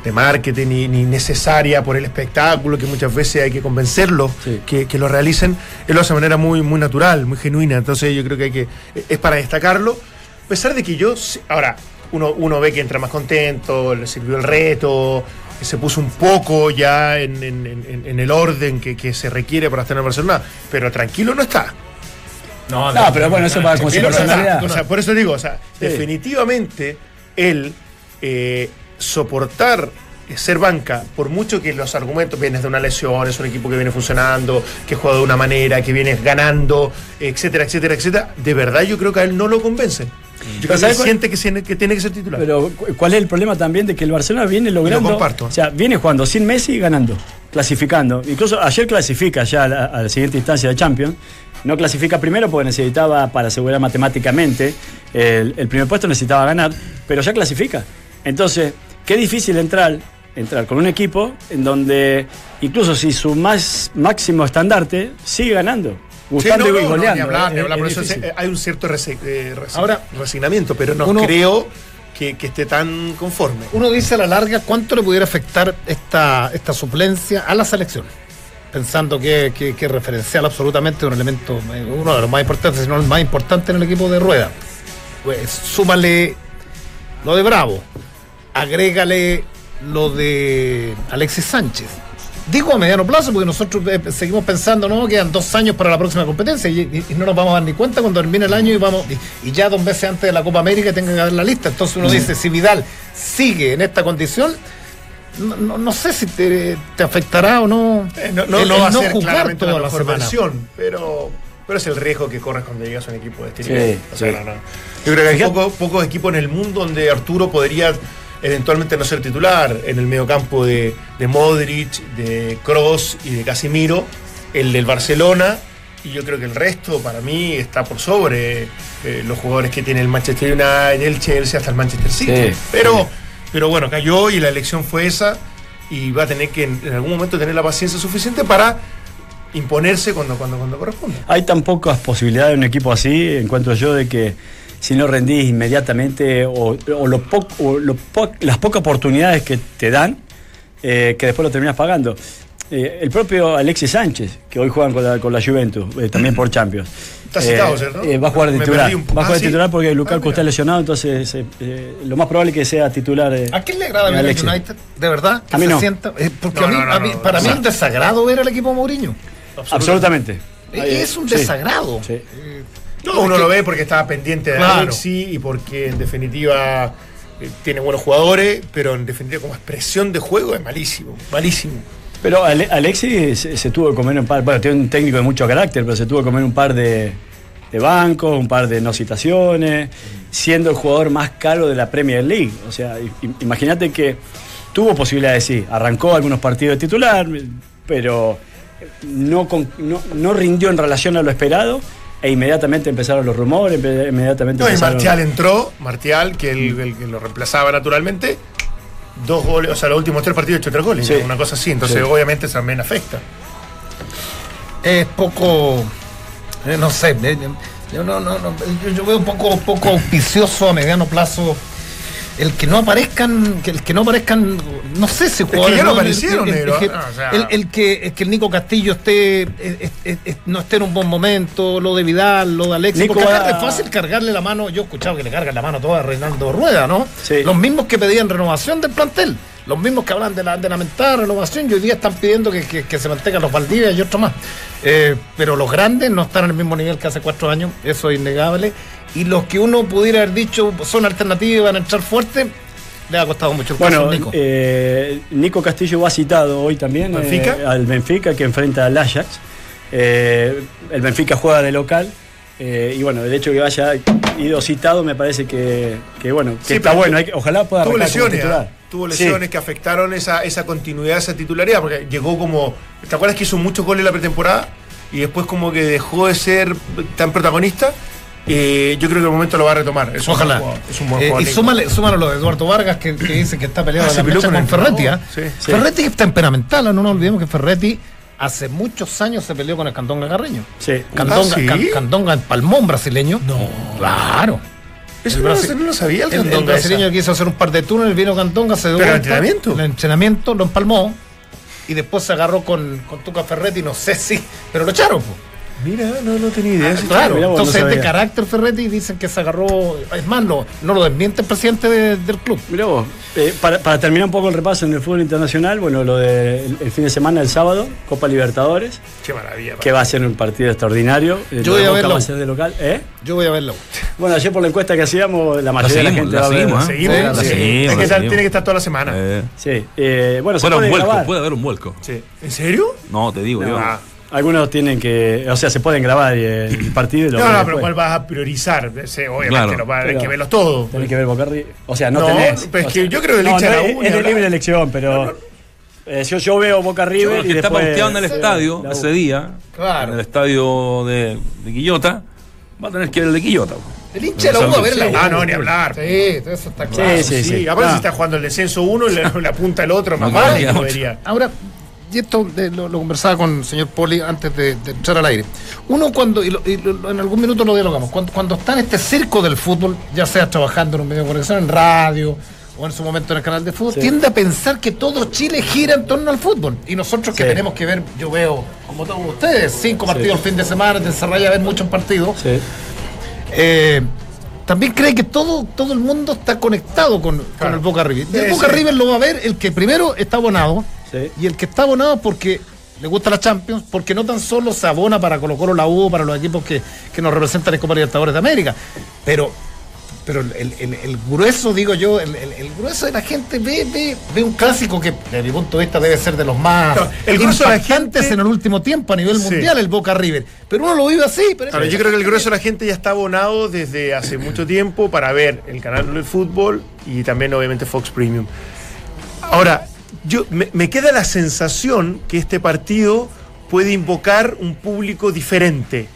[SPEAKER 2] de marketing ni, ni necesaria por el espectáculo, que muchas veces hay que convencerlo
[SPEAKER 3] Sí.
[SPEAKER 2] que, que lo realicen. Él lo hace de manera muy, muy natural, muy genuina, entonces yo creo que hay que es para destacarlo. A pesar de que yo, sí- ahora, uno, uno ve que entra más contento, le sirvió el reto, que se puso un poco ya en, en- en- en el orden que, que se requiere para estar en Barcelona, pero tranquilo no está.
[SPEAKER 3] No, pero bueno, eso va con su
[SPEAKER 2] Él no está.
[SPEAKER 3] personalidad.
[SPEAKER 2] O sea, por eso digo, o sea,
[SPEAKER 3] Sí.
[SPEAKER 2] definitivamente el eh, soportar eh, ser banca, por mucho que los argumentos vienes de una lesión, es un equipo que viene funcionando, que juega de una manera, que vienes ganando, etcétera, etcétera, etcétera, de verdad yo creo que a él no lo convencen. Yo creo que él
[SPEAKER 3] ¿sabes cuál-
[SPEAKER 2] siente que, tiene- que tiene que ser titular.
[SPEAKER 3] Pero cu- ¿cuál es el problema también de que el Barcelona viene logrando?
[SPEAKER 2] Lo comparto.
[SPEAKER 3] O sea, viene jugando sin Messi y ganando, clasificando. Incluso ayer clasifica ya a la, a la siguiente instancia de Champions. No clasifica primero porque necesitaba, para asegurar matemáticamente, el, el primer puesto necesitaba ganar, pero ya clasifica. Entonces, qué difícil entrar, entrar con un equipo en donde, incluso si su más máximo estandarte, sigue ganando.
[SPEAKER 2] Sí,
[SPEAKER 3] Gustando
[SPEAKER 2] no,
[SPEAKER 3] y
[SPEAKER 2] no, no,
[SPEAKER 3] goleando.
[SPEAKER 2] ni hablar, ni
[SPEAKER 3] Es-
[SPEAKER 2] hablar,
[SPEAKER 3] es
[SPEAKER 2] por eso
[SPEAKER 3] difícil.
[SPEAKER 2] se- hay un cierto rese- eh, resi-
[SPEAKER 1] Ahora-
[SPEAKER 2] resignamiento, pero no
[SPEAKER 1] Uno-
[SPEAKER 2] creo que, que esté tan conforme.
[SPEAKER 1] Uno dice a la larga cuánto le pudiera afectar esta, esta suplencia a la selección. Pensando que, que, que referencial absolutamente un elemento, eh, uno de los más importantes, si no el más importante en el equipo de rueda. Pues, súmale lo de Bravo, agrégale lo de Alexis Sánchez. Digo a mediano plazo, porque nosotros eh, seguimos pensando, no, quedan dos años para la próxima competencia y, y- y no nos vamos a dar ni cuenta cuando termine el año y vamos y, y ya dos meses antes de la Copa América tengan que haber la lista. Entonces uno dice, si Vidal sigue en esta condición, no, no- no sé si te, te afectará o no.
[SPEAKER 2] Eh, No, no,
[SPEAKER 1] el-
[SPEAKER 2] no
[SPEAKER 1] el
[SPEAKER 2] va a ser
[SPEAKER 1] jugar
[SPEAKER 2] claramente
[SPEAKER 1] toda
[SPEAKER 2] la
[SPEAKER 1] la
[SPEAKER 2] mejor
[SPEAKER 1] semana.
[SPEAKER 2] versión, pero, pero es el riesgo que corres cuando llegas a un equipo de este
[SPEAKER 3] Sí,
[SPEAKER 2] nivel. O sea,
[SPEAKER 3] sí.
[SPEAKER 2] no, no. Yo creo que hay poco- pocos equipos en el mundo donde Arturo podría eventualmente no ser titular en el mediocampo de, de Modric, de Cross y de Casimiro, el del Barcelona. Y yo creo que el resto, para mí, está por sobre eh, los jugadores que tiene el Manchester United, el Chelsea, hasta el Manchester City.
[SPEAKER 3] Sí,
[SPEAKER 2] pero, pero bueno, cayó y la elección fue esa y va a tener que en, en algún momento tener la paciencia suficiente para imponerse cuando, cuando, cuando corresponde.
[SPEAKER 3] Hay tan pocas posibilidades de un equipo así, encuentro yo, de que si no rendís inmediatamente o, o lo po- o lo po- las pocas oportunidades que te dan, eh, que después lo terminas pagando. Eh, el propio Alexis Sánchez, que hoy juegan con la, con la Juventus, eh, también por Champions.
[SPEAKER 2] Está citado, ¿cierto?
[SPEAKER 3] eh, va a jugar de
[SPEAKER 2] Me
[SPEAKER 3] titular.
[SPEAKER 2] perdí un poco.
[SPEAKER 3] Va a jugar
[SPEAKER 2] Ah,
[SPEAKER 3] de
[SPEAKER 2] sí.
[SPEAKER 3] titular porque
[SPEAKER 2] Ah,
[SPEAKER 3] Lukaku
[SPEAKER 2] mira.
[SPEAKER 3] está lesionado, entonces eh, eh, lo más probable es que sea titular. eh,
[SPEAKER 1] ¿A quién le agrada ver al
[SPEAKER 3] Alexis.
[SPEAKER 1] United? ¿De verdad? ¿Que
[SPEAKER 3] A mí
[SPEAKER 1] se
[SPEAKER 3] no.
[SPEAKER 1] sienta? Eh, porque
[SPEAKER 2] No,
[SPEAKER 1] a mí-
[SPEAKER 2] no, no,
[SPEAKER 1] a mí-
[SPEAKER 2] no, no,
[SPEAKER 1] para mí
[SPEAKER 2] no.
[SPEAKER 1] es un desagrado ver al equipo Mourinho.
[SPEAKER 3] Absolutamente.
[SPEAKER 1] Eh, Es un
[SPEAKER 3] Sí.
[SPEAKER 1] desagrado.
[SPEAKER 3] Sí.
[SPEAKER 2] No, uno lo ve porque estaba pendiente de
[SPEAKER 1] Claro.
[SPEAKER 2] Alexi y porque en definitiva eh, tiene buenos jugadores, pero en definitiva como expresión de juego es malísimo, malísimo.
[SPEAKER 3] Pero Ale- Alexis se, se tuvo que comer un par, bueno, tiene un técnico de mucho carácter, pero se tuvo que comer un par de, de bancos, un par de no citaciones, siendo el jugador más caro de la Premier League. O sea, i- i- imagínate que tuvo posibilidades, sí, arrancó algunos partidos de titular, pero no, con- no, no rindió en relación a lo esperado. E inmediatamente empezaron los rumores, empe- inmediatamente
[SPEAKER 2] No, y
[SPEAKER 3] empezaron-
[SPEAKER 2] Martial entró, Martial, que, el, el que lo reemplazaba naturalmente, dos goles, o sea, los últimos tres partidos hecho tres goles,
[SPEAKER 3] Sí.
[SPEAKER 2] una cosa así, entonces
[SPEAKER 3] Sí.
[SPEAKER 2] obviamente eso también afecta.
[SPEAKER 1] es poco eh, no sé eh, yo no, no, no, yo, yo veo un poco poco auspicioso a mediano plazo el que no aparezcan que el que no aparezcan no sé si jugadores
[SPEAKER 2] ya no
[SPEAKER 1] nuevos,
[SPEAKER 2] aparecieron,
[SPEAKER 1] el, el- el-
[SPEAKER 2] negro,
[SPEAKER 1] el-
[SPEAKER 2] ah, o sea.
[SPEAKER 1] el- el que el que el Nico Castillo esté eh, eh, eh, eh, no esté en un buen momento lo de Vidal lo de Alexis
[SPEAKER 3] Nico
[SPEAKER 1] porque
[SPEAKER 3] va-
[SPEAKER 1] acá es fácil cargarle la mano yo he escuchado que le cargan la mano toda a Reinaldo Rueda no
[SPEAKER 3] Sí.
[SPEAKER 1] los mismos que pedían renovación del plantel los mismos que hablan de la, de lamentada renovación y hoy día están pidiendo que, que- que se mantengan los Valdivia y otros más. Eh, pero los grandes no están en el mismo nivel que hace cuatro años, eso es innegable. Y los que uno pudiera haber dicho son alternativas, van a entrar fuerte, le ha costado mucho el
[SPEAKER 3] Bueno,
[SPEAKER 1] caso a Nico.
[SPEAKER 3] eh, Nico Castillo va citado hoy también eh,
[SPEAKER 2] ¿Benfica?
[SPEAKER 3] al Benfica que enfrenta al Ajax. Eh, el Benfica juega de local. eh, y bueno, el hecho que haya ido citado me parece que, que bueno, que
[SPEAKER 2] Sí,
[SPEAKER 3] está
[SPEAKER 2] pero
[SPEAKER 3] bueno. hay que- ojalá pueda
[SPEAKER 2] Tuvo
[SPEAKER 3] arrancar como
[SPEAKER 2] lesiones,
[SPEAKER 3] titular.
[SPEAKER 2] ¿ah? tuvo
[SPEAKER 3] Sí.
[SPEAKER 2] lesiones que afectaron esa, esa continuidad, esa titularidad, porque llegó como. ¿Te acuerdas que hizo muchos goles en la pretemporada? Y después como que dejó de ser tan protagonista. Eh, yo creo que el momento lo va a retomar. Es un
[SPEAKER 1] Ojalá.
[SPEAKER 2] buen jugador, es un buen
[SPEAKER 1] Eh,
[SPEAKER 2] jugador,
[SPEAKER 1] y
[SPEAKER 2] Nico.
[SPEAKER 1] súmale, súmalo lo de Eduardo Vargas, que, que dice que está peleado
[SPEAKER 2] Ah,
[SPEAKER 1] en
[SPEAKER 2] se
[SPEAKER 1] la
[SPEAKER 2] peleó
[SPEAKER 1] mecha
[SPEAKER 2] con
[SPEAKER 1] con
[SPEAKER 2] el
[SPEAKER 1] Ferretti.
[SPEAKER 2] entrenador,
[SPEAKER 1] ¿ah?
[SPEAKER 2] sí, sí.
[SPEAKER 1] Ferretti es temperamental, ¿ah? no nos olvidemos que Ferretti hace muchos años se peleó con el Cantón Garreño.
[SPEAKER 3] Sí.
[SPEAKER 1] Candonga,
[SPEAKER 2] Ah, ¿sí?
[SPEAKER 1] Can- Candonga, el palmón brasileño. No. Claro.
[SPEAKER 2] Eso
[SPEAKER 1] el
[SPEAKER 2] no, lo-
[SPEAKER 1] brasi-
[SPEAKER 2] no lo sabía el,
[SPEAKER 1] El, el
[SPEAKER 2] Candonga
[SPEAKER 1] brasileño
[SPEAKER 2] esa.
[SPEAKER 1] quiso hacer un par de túneles, vino Candonga, se dio
[SPEAKER 2] ¿Pero el
[SPEAKER 1] vuelta,
[SPEAKER 2] entrenamiento?
[SPEAKER 1] El entrenamiento lo empalmó y después se agarró con, con Tuca Ferretti, no sé si, pero lo echaron. po.
[SPEAKER 2] Mira, no, no tenía idea. ese
[SPEAKER 1] claro,
[SPEAKER 3] Ah, mirá vos, no
[SPEAKER 1] entonces es de
[SPEAKER 3] sabía.
[SPEAKER 1] carácter Ferretti y dicen que se agarró, es más, no, no lo desmiente el presidente de- del club.
[SPEAKER 3] Mirá vos, eh, para, para terminar un poco el repaso en el fútbol internacional, bueno, lo del fin de semana, el sábado, Copa Libertadores,
[SPEAKER 2] chico. Qué maravilla.
[SPEAKER 3] que va a ser un partido extraordinario. Eh,
[SPEAKER 1] Yo
[SPEAKER 3] lo
[SPEAKER 1] voy
[SPEAKER 3] de
[SPEAKER 1] a
[SPEAKER 3] Boca
[SPEAKER 1] verlo.
[SPEAKER 3] Va a ser de local. ¿eh?
[SPEAKER 1] Yo voy a verlo.
[SPEAKER 3] Bueno, ayer por la encuesta que hacíamos, la
[SPEAKER 5] La
[SPEAKER 3] mayoría de la
[SPEAKER 5] seguimos,
[SPEAKER 3] gente
[SPEAKER 5] la
[SPEAKER 3] va a ver-
[SPEAKER 5] seguimos, ¿eh?
[SPEAKER 2] Seguimos,
[SPEAKER 1] Sí,
[SPEAKER 2] sí.
[SPEAKER 5] seguimos,
[SPEAKER 2] Es que
[SPEAKER 5] la
[SPEAKER 2] tal-
[SPEAKER 5] seguimos.
[SPEAKER 2] tiene que estar toda la semana.
[SPEAKER 5] Eh,
[SPEAKER 3] Sí, eh, bueno, se
[SPEAKER 5] Bueno,
[SPEAKER 3] puede
[SPEAKER 5] un vuelco,
[SPEAKER 3] grabar.
[SPEAKER 5] puede haber un vuelco.
[SPEAKER 2] Sí. ¿En serio?
[SPEAKER 5] No, te digo, yo.
[SPEAKER 2] Ah.
[SPEAKER 3] Algunos tienen que, o sea, se pueden grabar eh, el partido y lo
[SPEAKER 2] No,
[SPEAKER 3] ven
[SPEAKER 2] no, pero
[SPEAKER 3] después.
[SPEAKER 2] ¿cuál vas a priorizar? Ese, Obviamente,
[SPEAKER 5] Claro.
[SPEAKER 2] no va a haber
[SPEAKER 3] Pero-
[SPEAKER 2] que verlos todos.
[SPEAKER 3] Tenés que ver Bocardi. O sea, no,
[SPEAKER 2] No,
[SPEAKER 3] tenés.
[SPEAKER 2] pero es
[SPEAKER 3] O
[SPEAKER 2] que
[SPEAKER 3] sea,
[SPEAKER 2] yo creo que el hincha
[SPEAKER 3] no,
[SPEAKER 2] de la
[SPEAKER 3] es-
[SPEAKER 2] U, ni
[SPEAKER 3] es de
[SPEAKER 2] hablar.
[SPEAKER 3] libre elección, pero eh, yo, yo veo Boca River
[SPEAKER 5] el
[SPEAKER 3] y
[SPEAKER 5] que está
[SPEAKER 3] después-
[SPEAKER 5] pauteado en el
[SPEAKER 3] sí,
[SPEAKER 5] estadio
[SPEAKER 3] la U.
[SPEAKER 5] ese día,
[SPEAKER 1] Claro.
[SPEAKER 5] en el estadio de, de Quillota, va a tener que ver el de Quillota.
[SPEAKER 1] El hincha de la U a ver la
[SPEAKER 2] Ah, no, ni hablar.
[SPEAKER 1] Sí, eso está claro.
[SPEAKER 3] Sí,
[SPEAKER 2] Ah, Sí,
[SPEAKER 3] sí, sí.
[SPEAKER 2] aparte
[SPEAKER 3] No.
[SPEAKER 2] si está jugando el descenso uno y la, la punta el otro, más
[SPEAKER 5] No,
[SPEAKER 2] vale que
[SPEAKER 5] queda
[SPEAKER 2] lo
[SPEAKER 5] mucho.
[SPEAKER 2] vería.
[SPEAKER 1] Ahora, y esto de- lo, lo conversaba con el señor Poli antes de, de entrar al aire. Uno cuando, y, lo- y lo- en algún minuto lo dialogamos, cuando, cuando está en este circo del fútbol, ya sea trabajando en un medio de conexión, en radio o en su momento en el canal de fútbol, tiende a pensar que todo Chile gira en torno al fútbol. Y nosotros que
[SPEAKER 3] Sí.
[SPEAKER 1] tenemos que ver, yo veo, como todos ustedes, cinco partidos el fin de semana, te encerráis a ver muchos partidos.
[SPEAKER 3] Sí.
[SPEAKER 1] Eh, también cree que todo, todo el mundo está conectado con, con
[SPEAKER 2] Claro.
[SPEAKER 1] el Boca River. Y el
[SPEAKER 2] Sí,
[SPEAKER 1] Boca
[SPEAKER 2] sí.
[SPEAKER 1] River lo va a ver el que primero está abonado
[SPEAKER 3] Sí.
[SPEAKER 1] y el que está abonado porque le gusta la Champions, porque no tan solo se abona para Colo Colo, la U, para los equipos que, que nos representan en Copa Libertadores de América, pero pero el, el- el- el grueso, digo yo, el, el- el grueso de la gente ve, ve, ve un clásico que, desde mi punto de vista, debe ser de los más
[SPEAKER 2] Claro, el grueso de la
[SPEAKER 1] impactantes
[SPEAKER 2] gente-
[SPEAKER 1] en el último tiempo a nivel
[SPEAKER 2] Sí.
[SPEAKER 1] mundial, el Boca River. Pero uno lo vive así. Pero
[SPEAKER 2] Ahora, yo creo que el grueso de la gente ya está abonado desde hace mucho tiempo para ver el canal de fútbol y también obviamente Fox Premium. Ahora, yo, me, me queda la sensación que este partido puede invocar un público diferente.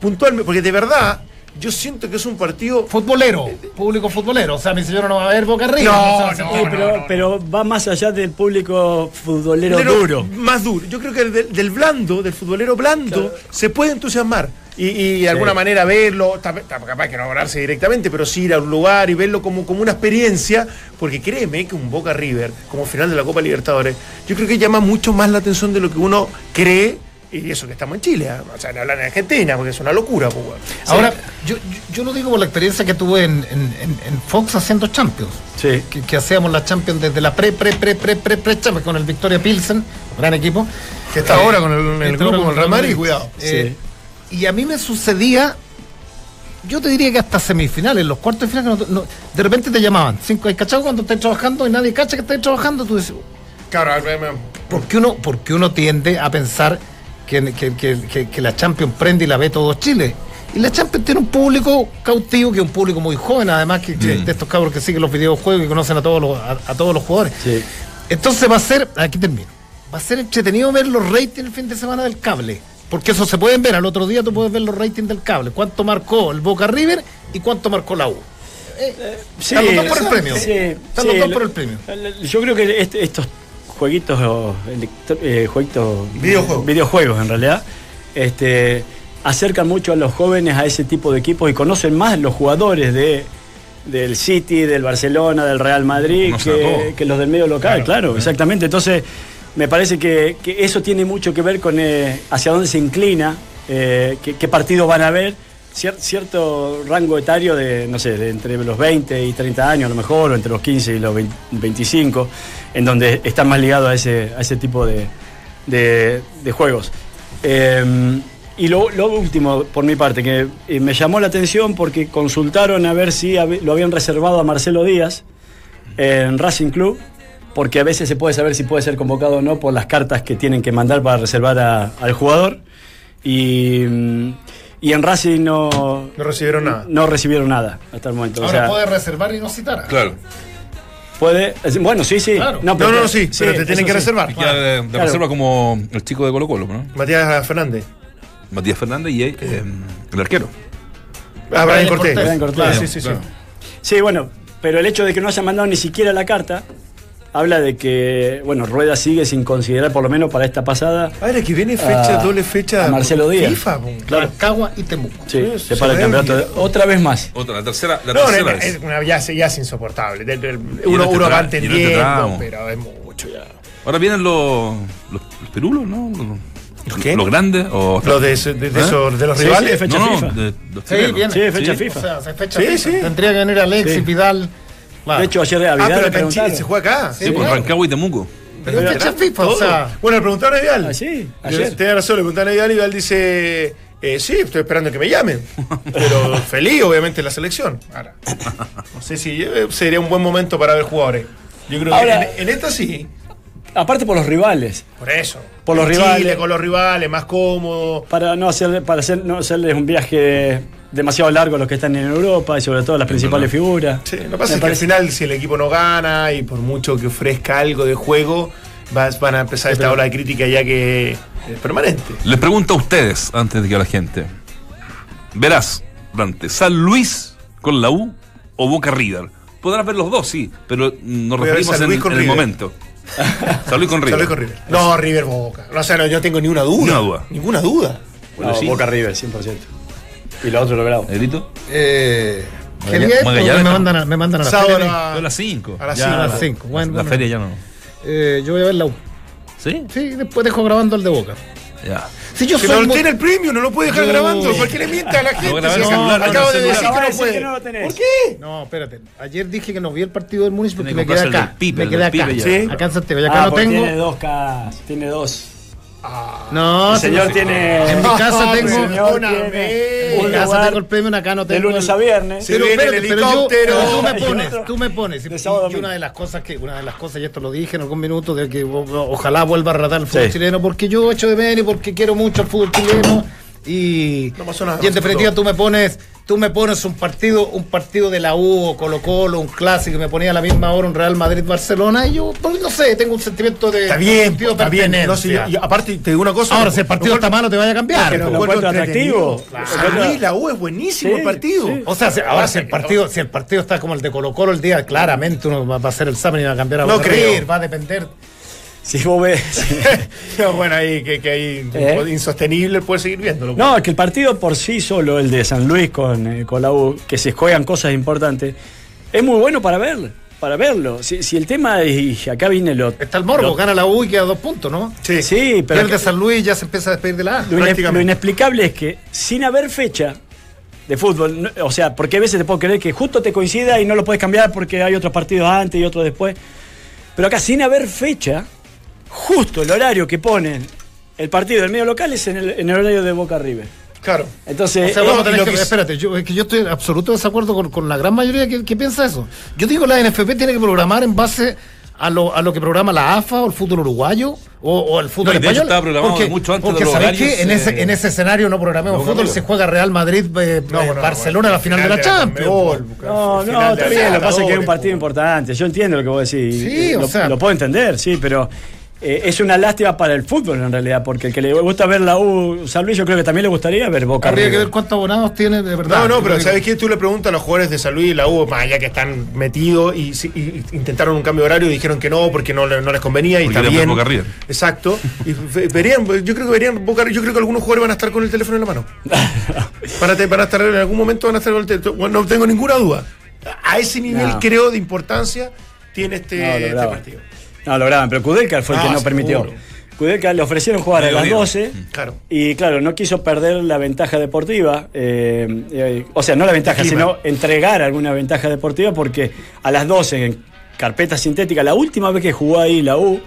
[SPEAKER 2] Puntualmente, porque de verdad yo siento que es un partido
[SPEAKER 1] Futbolero, público futbolero. O sea, mi señora no va a ver Boca River.
[SPEAKER 2] No,
[SPEAKER 1] se va a
[SPEAKER 2] no,
[SPEAKER 1] sentir-
[SPEAKER 3] Sí, pero, pero va más allá del público futbolero
[SPEAKER 2] futbolero
[SPEAKER 3] duro.
[SPEAKER 2] Más duro. Yo creo que del, del blando, del futbolero blando, se puede entusiasmar. Y, y de alguna manera verlo, tap- tap- capaz que no hablarse directamente, pero sí ir a un lugar y verlo como, como una experiencia, porque créeme que un Boca River, como final de la Copa Libertadores, yo creo que llama mucho más la atención de lo que uno cree, y eso que estamos en Chile, ¿ah? o sea, no hablan en Argentina, porque es una locura. pues, weón.
[SPEAKER 1] Ahora, yo, yo, yo lo digo por la experiencia que tuve en, en- en- en Fox haciendo Champions.
[SPEAKER 3] Sí.
[SPEAKER 1] Que, que hacíamos la Champions desde la pre, pre, pre, pre, pre, pre Champions con el Victoria Pilsen, gran equipo. eh,
[SPEAKER 2] Que está ahora con el- el
[SPEAKER 1] está
[SPEAKER 2] grupo
[SPEAKER 1] ahora
[SPEAKER 2] con el Real Madrid, cuidado.
[SPEAKER 1] Eh, Y a mí me sucedía, yo te diría que hasta semifinales, los cuartos de final, que no- no- de repente te llamaban. Cinco, ¿cachado? Cuando estás trabajando y nadie cacha que estás trabajando, tú dices,
[SPEAKER 2] Claro, eh,
[SPEAKER 1] porque uno, porque uno tiende a pensar que, que- que- que- que la Champions prende y la ve todo Chile. Y la Champions tiene un público cautivo, que es un público muy joven, además que,
[SPEAKER 3] Mm.
[SPEAKER 1] que de estos cabros que siguen los videojuegos y conocen a todos los, a, a todos los jugadores.
[SPEAKER 3] Sí.
[SPEAKER 1] Entonces va a ser, aquí termino, va a ser entretenido ver los ratings el fin de semana del cable. Porque eso se pueden ver, al otro día tú puedes ver los ratings del cable. ¿Cuánto marcó el Boca River y cuánto marcó la U?
[SPEAKER 3] Sí,
[SPEAKER 1] Están los dos por el premio.
[SPEAKER 3] sí,
[SPEAKER 1] Están los
[SPEAKER 3] sí,
[SPEAKER 1] dos
[SPEAKER 3] lo-
[SPEAKER 1] por el premio.
[SPEAKER 3] Yo creo que este- estos jueguitos, o electro- eh, jueguitos
[SPEAKER 2] Videojuegos.
[SPEAKER 3] videojuegos, en realidad, este, acercan mucho a los jóvenes a ese tipo de equipos y conocen más los jugadores de del City, del Barcelona, del Real Madrid,
[SPEAKER 5] Conocen a
[SPEAKER 3] que,
[SPEAKER 5] todos.
[SPEAKER 3] que los del medio local, claro, exactamente. Entonces, me parece que, que eso tiene mucho que ver con eh, hacia dónde se inclina, eh, qué, qué partidos van a ver, cier- cierto rango etario de, no sé, de entre los 20 y 30 años a lo mejor, o entre los 15 y los 20 25, en donde están más ligados a ese, a ese tipo de, de, de juegos. Eh, y lo, lo último, por mi parte, que eh, me llamó la atención porque consultaron a ver si hab- lo habían reservado a Marcelo Díaz en Racing Club, porque a veces se puede saber si puede ser convocado o no por las cartas que tienen que mandar para reservar a- al jugador. Y, mm, y en Racing no,
[SPEAKER 2] No recibieron nada.
[SPEAKER 3] no recibieron nada hasta el momento. O
[SPEAKER 1] Ahora
[SPEAKER 3] sea,
[SPEAKER 1] puedes reservar y no citar.
[SPEAKER 5] Claro.
[SPEAKER 3] puede, es- bueno, sí, sí.
[SPEAKER 1] Claro.
[SPEAKER 2] No, no, no, sí, pero te tienen
[SPEAKER 3] eso
[SPEAKER 2] que
[SPEAKER 3] sí.
[SPEAKER 2] reservar.
[SPEAKER 5] Y queda de, de
[SPEAKER 3] Claro.
[SPEAKER 5] reserva como el chico de Colo Colo, ¿no?
[SPEAKER 2] Matías Fernández.
[SPEAKER 5] Matías Fernández y eh, el arquero.
[SPEAKER 2] Ah, Brian Cortés.
[SPEAKER 3] Brian Cortés.
[SPEAKER 2] Claro, sí, sí, sí.
[SPEAKER 5] Claro.
[SPEAKER 3] Sí, bueno, pero el hecho de que no haya mandado ni siquiera la carta habla de que, bueno, Rueda sigue sin considerar, por lo menos para esta pasada.
[SPEAKER 2] Ahora Ah, que viene fecha,
[SPEAKER 3] a-
[SPEAKER 2] doble fecha.
[SPEAKER 3] Ah, a Marcelo Díaz.
[SPEAKER 2] FIFA, pues. po.
[SPEAKER 3] Claro.
[SPEAKER 1] Rancagua y Temuco.
[SPEAKER 3] Sí,
[SPEAKER 2] Sí,
[SPEAKER 3] se para el
[SPEAKER 2] se
[SPEAKER 3] campeonato.
[SPEAKER 2] ve.
[SPEAKER 3] Otra vez más.
[SPEAKER 5] Otra, la tercera, la
[SPEAKER 2] No,
[SPEAKER 5] tercera
[SPEAKER 2] no, es,
[SPEAKER 3] eh,
[SPEAKER 5] vez.
[SPEAKER 2] una, ya, se- ya es insoportable. Del- del-
[SPEAKER 5] en
[SPEAKER 2] uno
[SPEAKER 5] este
[SPEAKER 2] uno va
[SPEAKER 5] tramo, y en este
[SPEAKER 2] entendiendo,
[SPEAKER 5] tramo.
[SPEAKER 2] pero es mucho ya.
[SPEAKER 5] Ahora vienen los, los, los pirulos, ¿no? Los,
[SPEAKER 2] ¿Los qué?
[SPEAKER 5] los grandes o
[SPEAKER 2] Los de, de- de
[SPEAKER 5] ¿Eh?
[SPEAKER 2] esos- de los
[SPEAKER 3] Sí,
[SPEAKER 2] rivales.
[SPEAKER 3] sí, fecha
[SPEAKER 5] no, no,
[SPEAKER 3] FIFA.
[SPEAKER 5] de- los
[SPEAKER 1] Sí,
[SPEAKER 5] chilenos.
[SPEAKER 1] viene.
[SPEAKER 3] Sí, fecha
[SPEAKER 5] Sí.
[SPEAKER 3] FIFA.
[SPEAKER 1] O sea, se fecha
[SPEAKER 2] Sí,
[SPEAKER 1] FIFA.
[SPEAKER 2] sí.
[SPEAKER 1] Tendría que venir Alexis,
[SPEAKER 3] Sí.
[SPEAKER 1] Vidal. Claro.
[SPEAKER 3] De hecho, ayer a
[SPEAKER 2] ah,
[SPEAKER 3] Vidal
[SPEAKER 2] pero acá
[SPEAKER 3] le
[SPEAKER 2] en Chile se
[SPEAKER 3] preguntaron.
[SPEAKER 2] juega acá.
[SPEAKER 5] Sí, pues Rancagua y Temuco.
[SPEAKER 1] Pero es fecha FIFA,
[SPEAKER 2] Todo.
[SPEAKER 1] o sea.
[SPEAKER 2] Bueno, le preguntaron a Vidal.
[SPEAKER 3] Ah, sí,
[SPEAKER 2] Ayer.
[SPEAKER 3] ayer.
[SPEAKER 2] Tenía razón, le preguntaron a Vidal y Vidal dice. eh, sí, estoy esperando que me llamen. Pero feliz, obviamente, la selección. Ahora, no sé si eh, sería un buen momento para ver jugadores. Yo creo
[SPEAKER 3] Ahora-
[SPEAKER 2] que en, en esta sí.
[SPEAKER 3] Aparte por los rivales.
[SPEAKER 2] Por eso.
[SPEAKER 3] Por los
[SPEAKER 2] En Chile,
[SPEAKER 3] rivales.
[SPEAKER 2] Con los rivales, más cómodo.
[SPEAKER 3] Para no hacer, para hacer, no hacerles un viaje demasiado largo a los que están en Europa y sobre todo a las principales figuras.
[SPEAKER 2] Sí, lo que pasa
[SPEAKER 3] Me
[SPEAKER 2] es que al
[SPEAKER 3] parece-
[SPEAKER 2] final, si el equipo no gana y por mucho que ofrezca algo de juego, vas- van a empezar esta ola de crítica ya que es permanente.
[SPEAKER 5] Les pregunto a ustedes antes de que a la gente. Verás, Dante, San Luis con la U o Boca River. Podrás ver los dos, sí, pero nos
[SPEAKER 2] Voy a ver
[SPEAKER 5] referimos
[SPEAKER 2] San
[SPEAKER 5] en,
[SPEAKER 2] Luis con
[SPEAKER 5] en el
[SPEAKER 2] River.
[SPEAKER 5] momento. San Luis con River.
[SPEAKER 2] San Luis con River. No, River Boca. No, o sea, no, yo tengo ni una duda.
[SPEAKER 5] Ninguna duda.
[SPEAKER 2] Ninguna duda.
[SPEAKER 3] No, Boca River, 100%. Y lo otro lo bravo.
[SPEAKER 5] ¿Negrito?
[SPEAKER 1] Eh, qué bien, porque
[SPEAKER 5] Magallanes,
[SPEAKER 1] me
[SPEAKER 5] ¿no?
[SPEAKER 1] mandan a, me mandan a la
[SPEAKER 2] Sábado
[SPEAKER 1] feria.
[SPEAKER 2] la-
[SPEAKER 5] Yo a las 5.
[SPEAKER 2] Ah, a las
[SPEAKER 1] A
[SPEAKER 2] cinco.
[SPEAKER 1] las 5.
[SPEAKER 5] La
[SPEAKER 1] Bueno, bueno.
[SPEAKER 5] feria ya no.
[SPEAKER 1] Eh, yo voy a ver la U.
[SPEAKER 5] ¿Sí?
[SPEAKER 1] Sí, después dejo grabando el de Boca.
[SPEAKER 5] Ya.
[SPEAKER 1] Si yo
[SPEAKER 2] Que
[SPEAKER 1] soy
[SPEAKER 2] no
[SPEAKER 1] muy-
[SPEAKER 2] tiene el premio, no lo puede dejar
[SPEAKER 1] No.
[SPEAKER 2] grabando. Cualquier le mienta a la gente.
[SPEAKER 5] grabar el
[SPEAKER 2] si
[SPEAKER 5] celular,
[SPEAKER 2] acabo
[SPEAKER 5] grabar el
[SPEAKER 2] de decir
[SPEAKER 5] celular.
[SPEAKER 2] que no
[SPEAKER 3] Acabas de decir
[SPEAKER 2] puede.
[SPEAKER 3] que no lo tenés.
[SPEAKER 2] ¿Por qué?
[SPEAKER 1] No, espérate. Ayer dije que no vi el partido del Municipal
[SPEAKER 5] Tiene
[SPEAKER 1] porque
[SPEAKER 5] que
[SPEAKER 1] me quedé
[SPEAKER 5] comprarse el
[SPEAKER 1] acá.
[SPEAKER 5] del Pipe,
[SPEAKER 1] me
[SPEAKER 5] el
[SPEAKER 1] quedé
[SPEAKER 5] del
[SPEAKER 1] acá.
[SPEAKER 5] Pipe ya.
[SPEAKER 1] Sí. Acá en Santiago. Y acá
[SPEAKER 3] Ah,
[SPEAKER 1] no
[SPEAKER 3] porque
[SPEAKER 1] tengo.
[SPEAKER 3] Tiene dos casas, tiene dos.
[SPEAKER 1] No,
[SPEAKER 3] El señor
[SPEAKER 1] sí,
[SPEAKER 3] tiene.
[SPEAKER 1] En mi casa
[SPEAKER 2] Hombre,
[SPEAKER 1] tengo.
[SPEAKER 2] señor,
[SPEAKER 1] una-
[SPEAKER 2] tiene
[SPEAKER 1] En
[SPEAKER 2] un
[SPEAKER 1] mi casa tengo el premio, acá no
[SPEAKER 3] de
[SPEAKER 1] tengo.
[SPEAKER 3] lunes
[SPEAKER 1] el-
[SPEAKER 3] a viernes.
[SPEAKER 2] Sí. Se viene el
[SPEAKER 1] yo-
[SPEAKER 2] helicóptero.
[SPEAKER 1] pero tú me
[SPEAKER 3] Y otro-
[SPEAKER 1] pones, tú me pones. Y,
[SPEAKER 3] de sábado a
[SPEAKER 1] y
[SPEAKER 3] domingo.
[SPEAKER 1] una de las cosas que, una de las cosas, y esto lo dije en algún minuto, de que o- o- ojalá vuelva a ratar el fútbol
[SPEAKER 3] Sí.
[SPEAKER 1] chileno, porque yo echo de menos, y porque quiero mucho al fútbol chileno. Y,
[SPEAKER 2] No pasó nada,
[SPEAKER 1] y en
[SPEAKER 2] pasó
[SPEAKER 1] definitiva
[SPEAKER 2] todo.
[SPEAKER 1] tú me pones, tú me pones un partido, un partido de la U o Colo Colo, un clásico, y me ponía a la misma hora un Real Madrid Barcelona, y yo, pues, no sé, tengo un sentimiento de
[SPEAKER 2] Está bien, pues,
[SPEAKER 1] sentido de
[SPEAKER 2] está bien.
[SPEAKER 1] pertenencia.
[SPEAKER 2] No, sí, y aparte, te digo una cosa.
[SPEAKER 1] Ahora,
[SPEAKER 2] lo-
[SPEAKER 1] si el partido
[SPEAKER 2] lo-
[SPEAKER 1] está malo, te vaya a cambiar. pues.
[SPEAKER 2] que lo
[SPEAKER 1] po.
[SPEAKER 3] encuentro
[SPEAKER 2] encuentro
[SPEAKER 3] atractivo.
[SPEAKER 2] entretenido.
[SPEAKER 3] Lo encuentro-
[SPEAKER 2] A mí la U es buenísimo
[SPEAKER 3] Sí,
[SPEAKER 2] el partido.
[SPEAKER 3] sí.
[SPEAKER 1] O sea, si- ahora si el partido, si el partido está como el de Colo Colo el día, claramente uno va, va a hacer el examen y va a cambiar a
[SPEAKER 2] No
[SPEAKER 1] Boca
[SPEAKER 2] creo.
[SPEAKER 1] River, va a depender.
[SPEAKER 3] Si vos ves.
[SPEAKER 2] No, bueno, ahí que, que ahí
[SPEAKER 3] ¿Eh?
[SPEAKER 2] insostenible puede seguir viéndolo.
[SPEAKER 3] No, es que el partido por sí solo, el de San Luis con, eh, con la U, que se juegan cosas importantes, es muy bueno para ver, para verlo. Si, si el tema es, y acá viene lo.
[SPEAKER 1] Está el morbo,
[SPEAKER 3] lo-
[SPEAKER 1] gana la U y queda dos puntos, ¿no?
[SPEAKER 2] Sí.
[SPEAKER 3] Sí, pero
[SPEAKER 1] Pierde San Luis y ya se empieza a despedir de la A.
[SPEAKER 3] lo, ine-
[SPEAKER 2] prácticamente.
[SPEAKER 3] lo inexplicable es que sin haber fecha de fútbol, no- o sea, porque a veces te puedo creer que justo te coincida y no lo puedes cambiar porque hay otros partidos antes y otros después. Pero acá sin haber fecha, justo el horario que ponen el partido del medio local es en el, en el horario de Boca River.
[SPEAKER 2] Claro.
[SPEAKER 3] Entonces,
[SPEAKER 1] O sea,
[SPEAKER 3] eh,
[SPEAKER 1] vamos a
[SPEAKER 2] y
[SPEAKER 1] tener
[SPEAKER 2] lo
[SPEAKER 1] que-
[SPEAKER 2] que-
[SPEAKER 1] espérate, yo, es que yo estoy en absoluto desacuerdo con, con la gran mayoría que, que piensa eso. Yo digo la NFP tiene que programar en base a lo, a lo que programa la AFA o el fútbol uruguayo o, o el fútbol
[SPEAKER 5] No, y de hecho
[SPEAKER 1] español.
[SPEAKER 5] estaba programado mucho antes de
[SPEAKER 1] porque
[SPEAKER 5] los
[SPEAKER 1] ¿sabés
[SPEAKER 5] horarios,
[SPEAKER 1] qué? en, ese,
[SPEAKER 5] eh,
[SPEAKER 1] en ese escenario no programemos
[SPEAKER 5] Boca
[SPEAKER 1] fútbol,
[SPEAKER 5] River.
[SPEAKER 1] se juega Real Madrid, eh, eh,
[SPEAKER 2] bueno,
[SPEAKER 1] Barcelona a la final, de la, Champions.
[SPEAKER 3] No, no, está bien, lo que pasa es que es un partido importante, yo entiendo lo que vos decís,
[SPEAKER 1] Sí,
[SPEAKER 3] eh,
[SPEAKER 1] o
[SPEAKER 3] lo,
[SPEAKER 1] sea.
[SPEAKER 3] lo puedo entender, sí, pero eh, es una lástima para el fútbol en realidad, porque el que le gusta ver la U San Luis, yo creo que también le gustaría ver Boca
[SPEAKER 1] Habría que
[SPEAKER 3] River.
[SPEAKER 1] ver cuántos abonados tiene de verdad.
[SPEAKER 2] No, no, pero
[SPEAKER 1] Porque-
[SPEAKER 2] ¿sabes qué? Tú le preguntas a los jugadores de salud y la U, más allá que están metidos y, si- y intentaron un cambio de horario y dijeron que no porque no, le- no les convenía y
[SPEAKER 5] Porque
[SPEAKER 2] está
[SPEAKER 5] era
[SPEAKER 2] bien.
[SPEAKER 5] Boca River.
[SPEAKER 2] Exacto. Y ve- verían, yo creo que verían Boca River- yo creo que algunos jugadores van a estar con el teléfono en la mano. Van a, te- van a estar en algún momento van a estar con el teléfono. Bueno, no tengo ninguna duda. A ese nivel
[SPEAKER 3] No.
[SPEAKER 2] creo de importancia tiene este,
[SPEAKER 3] No,
[SPEAKER 2] este
[SPEAKER 3] lograban.
[SPEAKER 2] partido.
[SPEAKER 3] No, lograban, pero Kudelka fue el que
[SPEAKER 2] Ah,
[SPEAKER 3] no
[SPEAKER 2] seguro.
[SPEAKER 3] permitió. Kudelka le ofrecieron jugar a
[SPEAKER 5] Medio
[SPEAKER 3] las
[SPEAKER 5] día.
[SPEAKER 3] 12
[SPEAKER 2] Claro.
[SPEAKER 3] y claro, no quiso perder la ventaja deportiva, eh, eh, o sea, no la ventaja,
[SPEAKER 2] Clima.
[SPEAKER 3] sino entregar alguna ventaja deportiva porque a las 12 en carpeta sintética, la última vez que jugó ahí la U,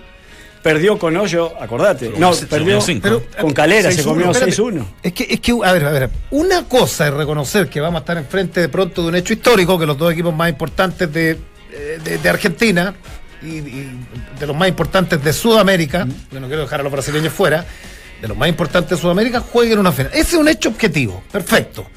[SPEAKER 3] perdió con hoyo, acordate, no,
[SPEAKER 5] se- se
[SPEAKER 3] perdió
[SPEAKER 5] comió cinco.
[SPEAKER 1] Pero-
[SPEAKER 3] con Calera, se
[SPEAKER 1] 6-1,
[SPEAKER 3] comió
[SPEAKER 1] espérate.
[SPEAKER 3] 6-1.
[SPEAKER 1] Es que, es que, a ver, a ver, una cosa es reconocer que vamos a estar enfrente de pronto de un hecho histórico, que los dos equipos más importantes de, eh, de, de Argentina y, y de los más importantes de Sudamérica,
[SPEAKER 3] Mm.
[SPEAKER 1] yo no quiero dejar a los brasileños fuera, de los más importantes de Sudamérica, jueguen una final. Ese es un hecho objetivo, perfecto.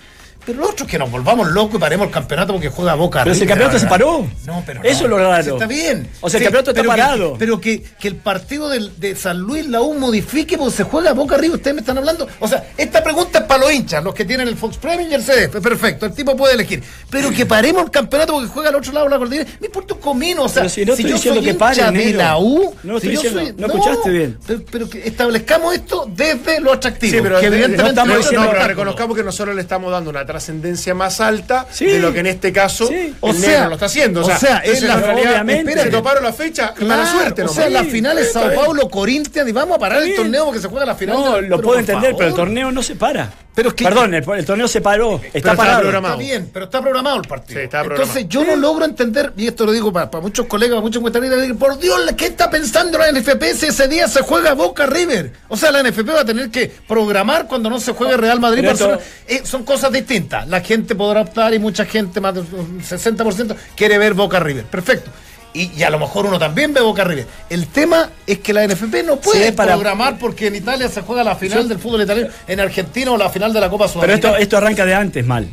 [SPEAKER 1] Pero lo otro es que nos volvamos locos y paremos el campeonato porque juega Boca.
[SPEAKER 3] Pero si el
[SPEAKER 1] River.
[SPEAKER 3] campeonato se paró.
[SPEAKER 1] No, pero
[SPEAKER 3] Eso
[SPEAKER 1] no.
[SPEAKER 3] es lo raro.
[SPEAKER 1] Sí, Está bien.
[SPEAKER 3] O sea, el
[SPEAKER 1] Sí,
[SPEAKER 3] campeonato está
[SPEAKER 1] pero que-
[SPEAKER 3] parado.
[SPEAKER 1] pero que, que el partido del- de San Luis la U modifique porque se juega boca arriba. Ustedes me están hablando. O sea, esta pregunta es para los hinchas, los que tienen el Fox Premier y el CDF. Perfecto, el tipo puede elegir. Pero que paremos el campeonato porque juega al otro lado de la cordillera. Me importa un comino. O sea,
[SPEAKER 3] Pero si no estoy
[SPEAKER 1] yo
[SPEAKER 3] diciendo
[SPEAKER 1] soy
[SPEAKER 3] que
[SPEAKER 1] hincha
[SPEAKER 3] paren,
[SPEAKER 1] de
[SPEAKER 3] negro.
[SPEAKER 1] la U.
[SPEAKER 3] No lo
[SPEAKER 1] si
[SPEAKER 3] estoy
[SPEAKER 1] yo
[SPEAKER 3] diciendo, no escuchaste bien.
[SPEAKER 1] Pero, pero que establezcamos esto desde lo atractivo.
[SPEAKER 2] Sí, pero
[SPEAKER 3] eh,
[SPEAKER 1] que
[SPEAKER 2] de-
[SPEAKER 1] evidentemente
[SPEAKER 2] no estamos
[SPEAKER 1] es
[SPEAKER 2] diciendo-
[SPEAKER 1] un
[SPEAKER 2] no, pero
[SPEAKER 1] obstáculo.
[SPEAKER 2] reconozcamos que nosotros le estamos dando una trascendencia más alta
[SPEAKER 3] Sí.
[SPEAKER 2] de lo que en este caso
[SPEAKER 3] Sí.
[SPEAKER 2] el
[SPEAKER 1] O sea,
[SPEAKER 2] negro lo está haciendo. O sea,
[SPEAKER 1] o sea, es
[SPEAKER 2] entonces,
[SPEAKER 1] la-
[SPEAKER 2] en realidad,
[SPEAKER 3] obviamente.
[SPEAKER 2] espérate, toparon la fecha, y mala
[SPEAKER 1] Claro,
[SPEAKER 2] suerte.
[SPEAKER 1] O
[SPEAKER 2] nomás.
[SPEAKER 1] sea, la
[SPEAKER 3] Sí,
[SPEAKER 1] final es
[SPEAKER 2] está
[SPEAKER 1] Sao
[SPEAKER 2] bien.
[SPEAKER 1] Paulo, Corinthians y vamos a parar el
[SPEAKER 3] bien.
[SPEAKER 1] torneo porque se juega la final.
[SPEAKER 3] No,
[SPEAKER 1] de- pero
[SPEAKER 3] lo puedo
[SPEAKER 1] por
[SPEAKER 3] entender, pero el
[SPEAKER 1] favor.
[SPEAKER 3] torneo no se para.
[SPEAKER 1] Pero es que-
[SPEAKER 3] Perdón, el, el torneo se paró, está
[SPEAKER 2] está
[SPEAKER 3] parado.
[SPEAKER 2] programado.
[SPEAKER 1] Está bien, pero está programado el partido.
[SPEAKER 2] Sí, está
[SPEAKER 1] Entonces yo no logro entender, y esto lo digo para, para muchos colegas, para muchos cuentaristas, digo, por Dios, ¿qué está pensando la NFP si ese día se juega Boca River? O sea, la NFP va a tener que programar cuando no se juegue Real Madrid.
[SPEAKER 3] Pero esto-
[SPEAKER 1] Barcelona. Eh, son cosas distintas. La gente podrá optar y mucha gente, más del 60%, quiere ver Boca River. Perfecto. Y, y a lo mejor uno también ve Boca River. El tema es que la NFP no puede
[SPEAKER 3] Sí, para-
[SPEAKER 1] programar porque en Italia se juega la final del fútbol italiano, en Argentina o la final de la Copa
[SPEAKER 3] Pero
[SPEAKER 1] Sudamericana.
[SPEAKER 3] esto, esto arranca de antes mal.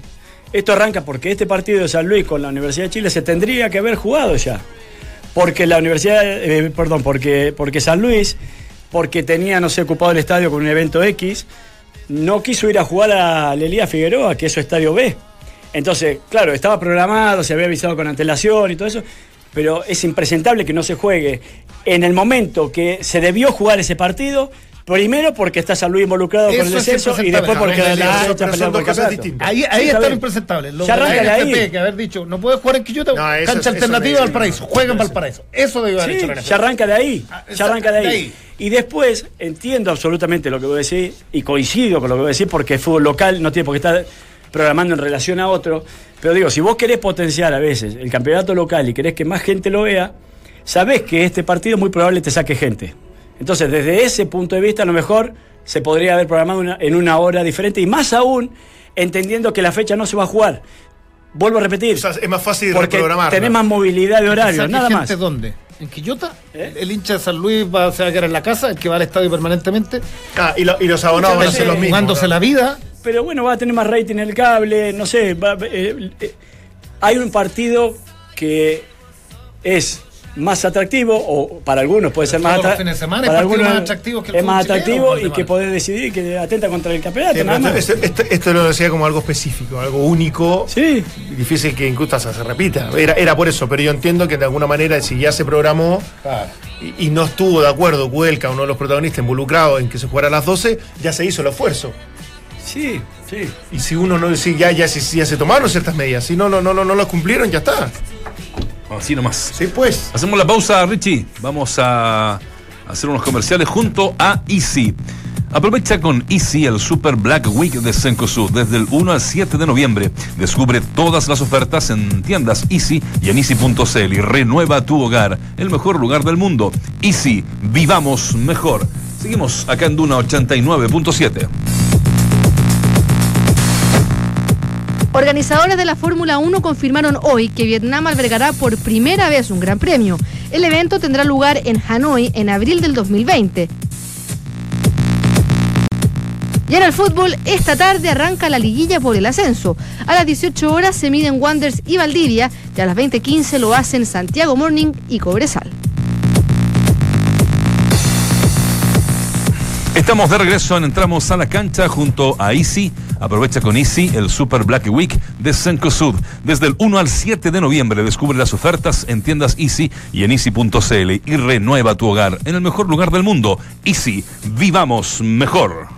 [SPEAKER 3] Esto arranca porque este partido de San Luis con la Universidad de Chile se tendría que haber jugado ya. Porque la Universidad, eh, perdón, porque, porque San Luis, porque tenía, no sé, ocupado el estadio con un evento X, no quiso ir a jugar a Lelia Figueroa, que es su estadio B. Entonces, claro, estaba programado, se había avisado con antelación y todo eso, pero es impresentable que no se juegue en el momento que se debió jugar ese partido, primero porque está San Luis involucrado con el
[SPEAKER 1] Eso es
[SPEAKER 3] descenso y
[SPEAKER 1] impresentable,
[SPEAKER 3] después
[SPEAKER 1] no,
[SPEAKER 3] porque
[SPEAKER 1] no
[SPEAKER 3] la
[SPEAKER 1] es
[SPEAKER 3] la
[SPEAKER 2] eso, pero
[SPEAKER 3] está
[SPEAKER 2] son
[SPEAKER 3] peleando por
[SPEAKER 2] dos
[SPEAKER 3] el
[SPEAKER 2] cosas
[SPEAKER 3] campeonables.
[SPEAKER 2] distintas.
[SPEAKER 1] Ahí,
[SPEAKER 3] Sí,
[SPEAKER 1] ahí
[SPEAKER 3] está
[SPEAKER 1] está lo
[SPEAKER 3] bien.
[SPEAKER 1] impresentable. Lo
[SPEAKER 3] Ya
[SPEAKER 1] de la
[SPEAKER 3] arranca de
[SPEAKER 1] NFP
[SPEAKER 3] ahí.
[SPEAKER 1] que haber dicho, no puede jugar en Quillota,
[SPEAKER 2] No, eso-
[SPEAKER 1] cancha
[SPEAKER 2] eso
[SPEAKER 1] alternativa
[SPEAKER 2] me-
[SPEAKER 1] al paraíso, juega en Valparaíso. Eso debió haber
[SPEAKER 3] Sí,
[SPEAKER 1] hecho la NFP.
[SPEAKER 3] ya arranca de ahí,
[SPEAKER 1] Ah,
[SPEAKER 3] ya arranca de ahí.
[SPEAKER 1] de ahí.
[SPEAKER 3] Y después entiendo absolutamente lo que vos decís y coincido con lo que vos decís porque el fútbol local no tiene por qué estar programando en relación a otro. Pero digo, si vos querés potenciar a veces el campeonato local y querés que más gente lo vea, sabés que este partido muy probable te saque gente. Entonces, desde ese punto de vista, a lo mejor se podría haber programado una- en una hora diferente y más aún entendiendo que la fecha no se va a jugar. Vuelvo a repetir,
[SPEAKER 2] O sea, es más fácil
[SPEAKER 3] porque
[SPEAKER 2] reprogramarlo.
[SPEAKER 3] tenés más movilidad de horario,
[SPEAKER 1] Saque
[SPEAKER 3] nada
[SPEAKER 1] gente
[SPEAKER 3] más.
[SPEAKER 1] dónde? en Quillota,
[SPEAKER 3] ¿Eh?
[SPEAKER 1] el hincha de San Luis va, se va a quedar en la casa, el que va al estadio permanentemente,
[SPEAKER 2] Ah, y, lo- y los abonados van a ser los mismos.
[SPEAKER 1] jugándose
[SPEAKER 2] ¿no?
[SPEAKER 1] la vida.
[SPEAKER 3] Pero bueno, va a tener más rating en el cable, no sé. va- eh, eh, hay un partido que es más atractivo, o para algunos puede ser más
[SPEAKER 1] Todos los
[SPEAKER 3] atractivo.
[SPEAKER 1] fines de semana hay partidos más atractivos que el
[SPEAKER 3] Es
[SPEAKER 1] fútbol
[SPEAKER 3] más
[SPEAKER 1] chileno,
[SPEAKER 3] atractivo y
[SPEAKER 1] Valdemar.
[SPEAKER 3] que podés decidir y que atenta contra el campeonato.
[SPEAKER 2] Sí, pero
[SPEAKER 3] nada más.
[SPEAKER 1] este-
[SPEAKER 2] esto, esto- esto lo decía como algo específico, algo único.
[SPEAKER 3] Sí.
[SPEAKER 2] Difícil que incluso hasta se repita. Era, era por eso, pero yo entiendo que de alguna manera, si ya se programó y, y no estuvo de acuerdo Cuelca, uno de los protagonistas involucrados en que se jugara a las 12, ya se hizo el esfuerzo.
[SPEAKER 3] Sí, sí.
[SPEAKER 2] Y si uno no, si ya, ya, si, si ya se tomaron ciertas medidas, si no, no, no, no, no las cumplieron, ya está.
[SPEAKER 5] Así nomás.
[SPEAKER 2] Sí, pues.
[SPEAKER 5] Hacemos la pausa, Richie. Vamos a hacer unos comerciales junto a Easy. Aprovecha con Easy el Super Black Week de Cencosud desde el 1 al 7 de noviembre. Descubre todas las ofertas en tiendas Easy y en Easy.cl y renueva tu hogar, el mejor lugar del mundo. Easy, vivamos mejor. Seguimos acá en Duna 89.7.
[SPEAKER 8] Organizadores de la Fórmula 1 confirmaron hoy que Vietnam albergará por primera vez un gran premio. El evento tendrá lugar en Hanoi en abril del 2020. Y en el fútbol, esta tarde arranca la liguilla por el ascenso. A las 18 horas se miden Wanders y Valdivia y a las 20.15 lo hacen Santiago Morning y Cobresal.
[SPEAKER 5] Estamos de regreso en Entramos a la Cancha junto a Easy. Aprovecha con Easy el Super Black Week de Cencosud. Desde el 1 al 7 de noviembre descubre las ofertas en tiendas Easy y en Easy.cl y renueva tu hogar en el mejor lugar del mundo. Easy, vivamos mejor.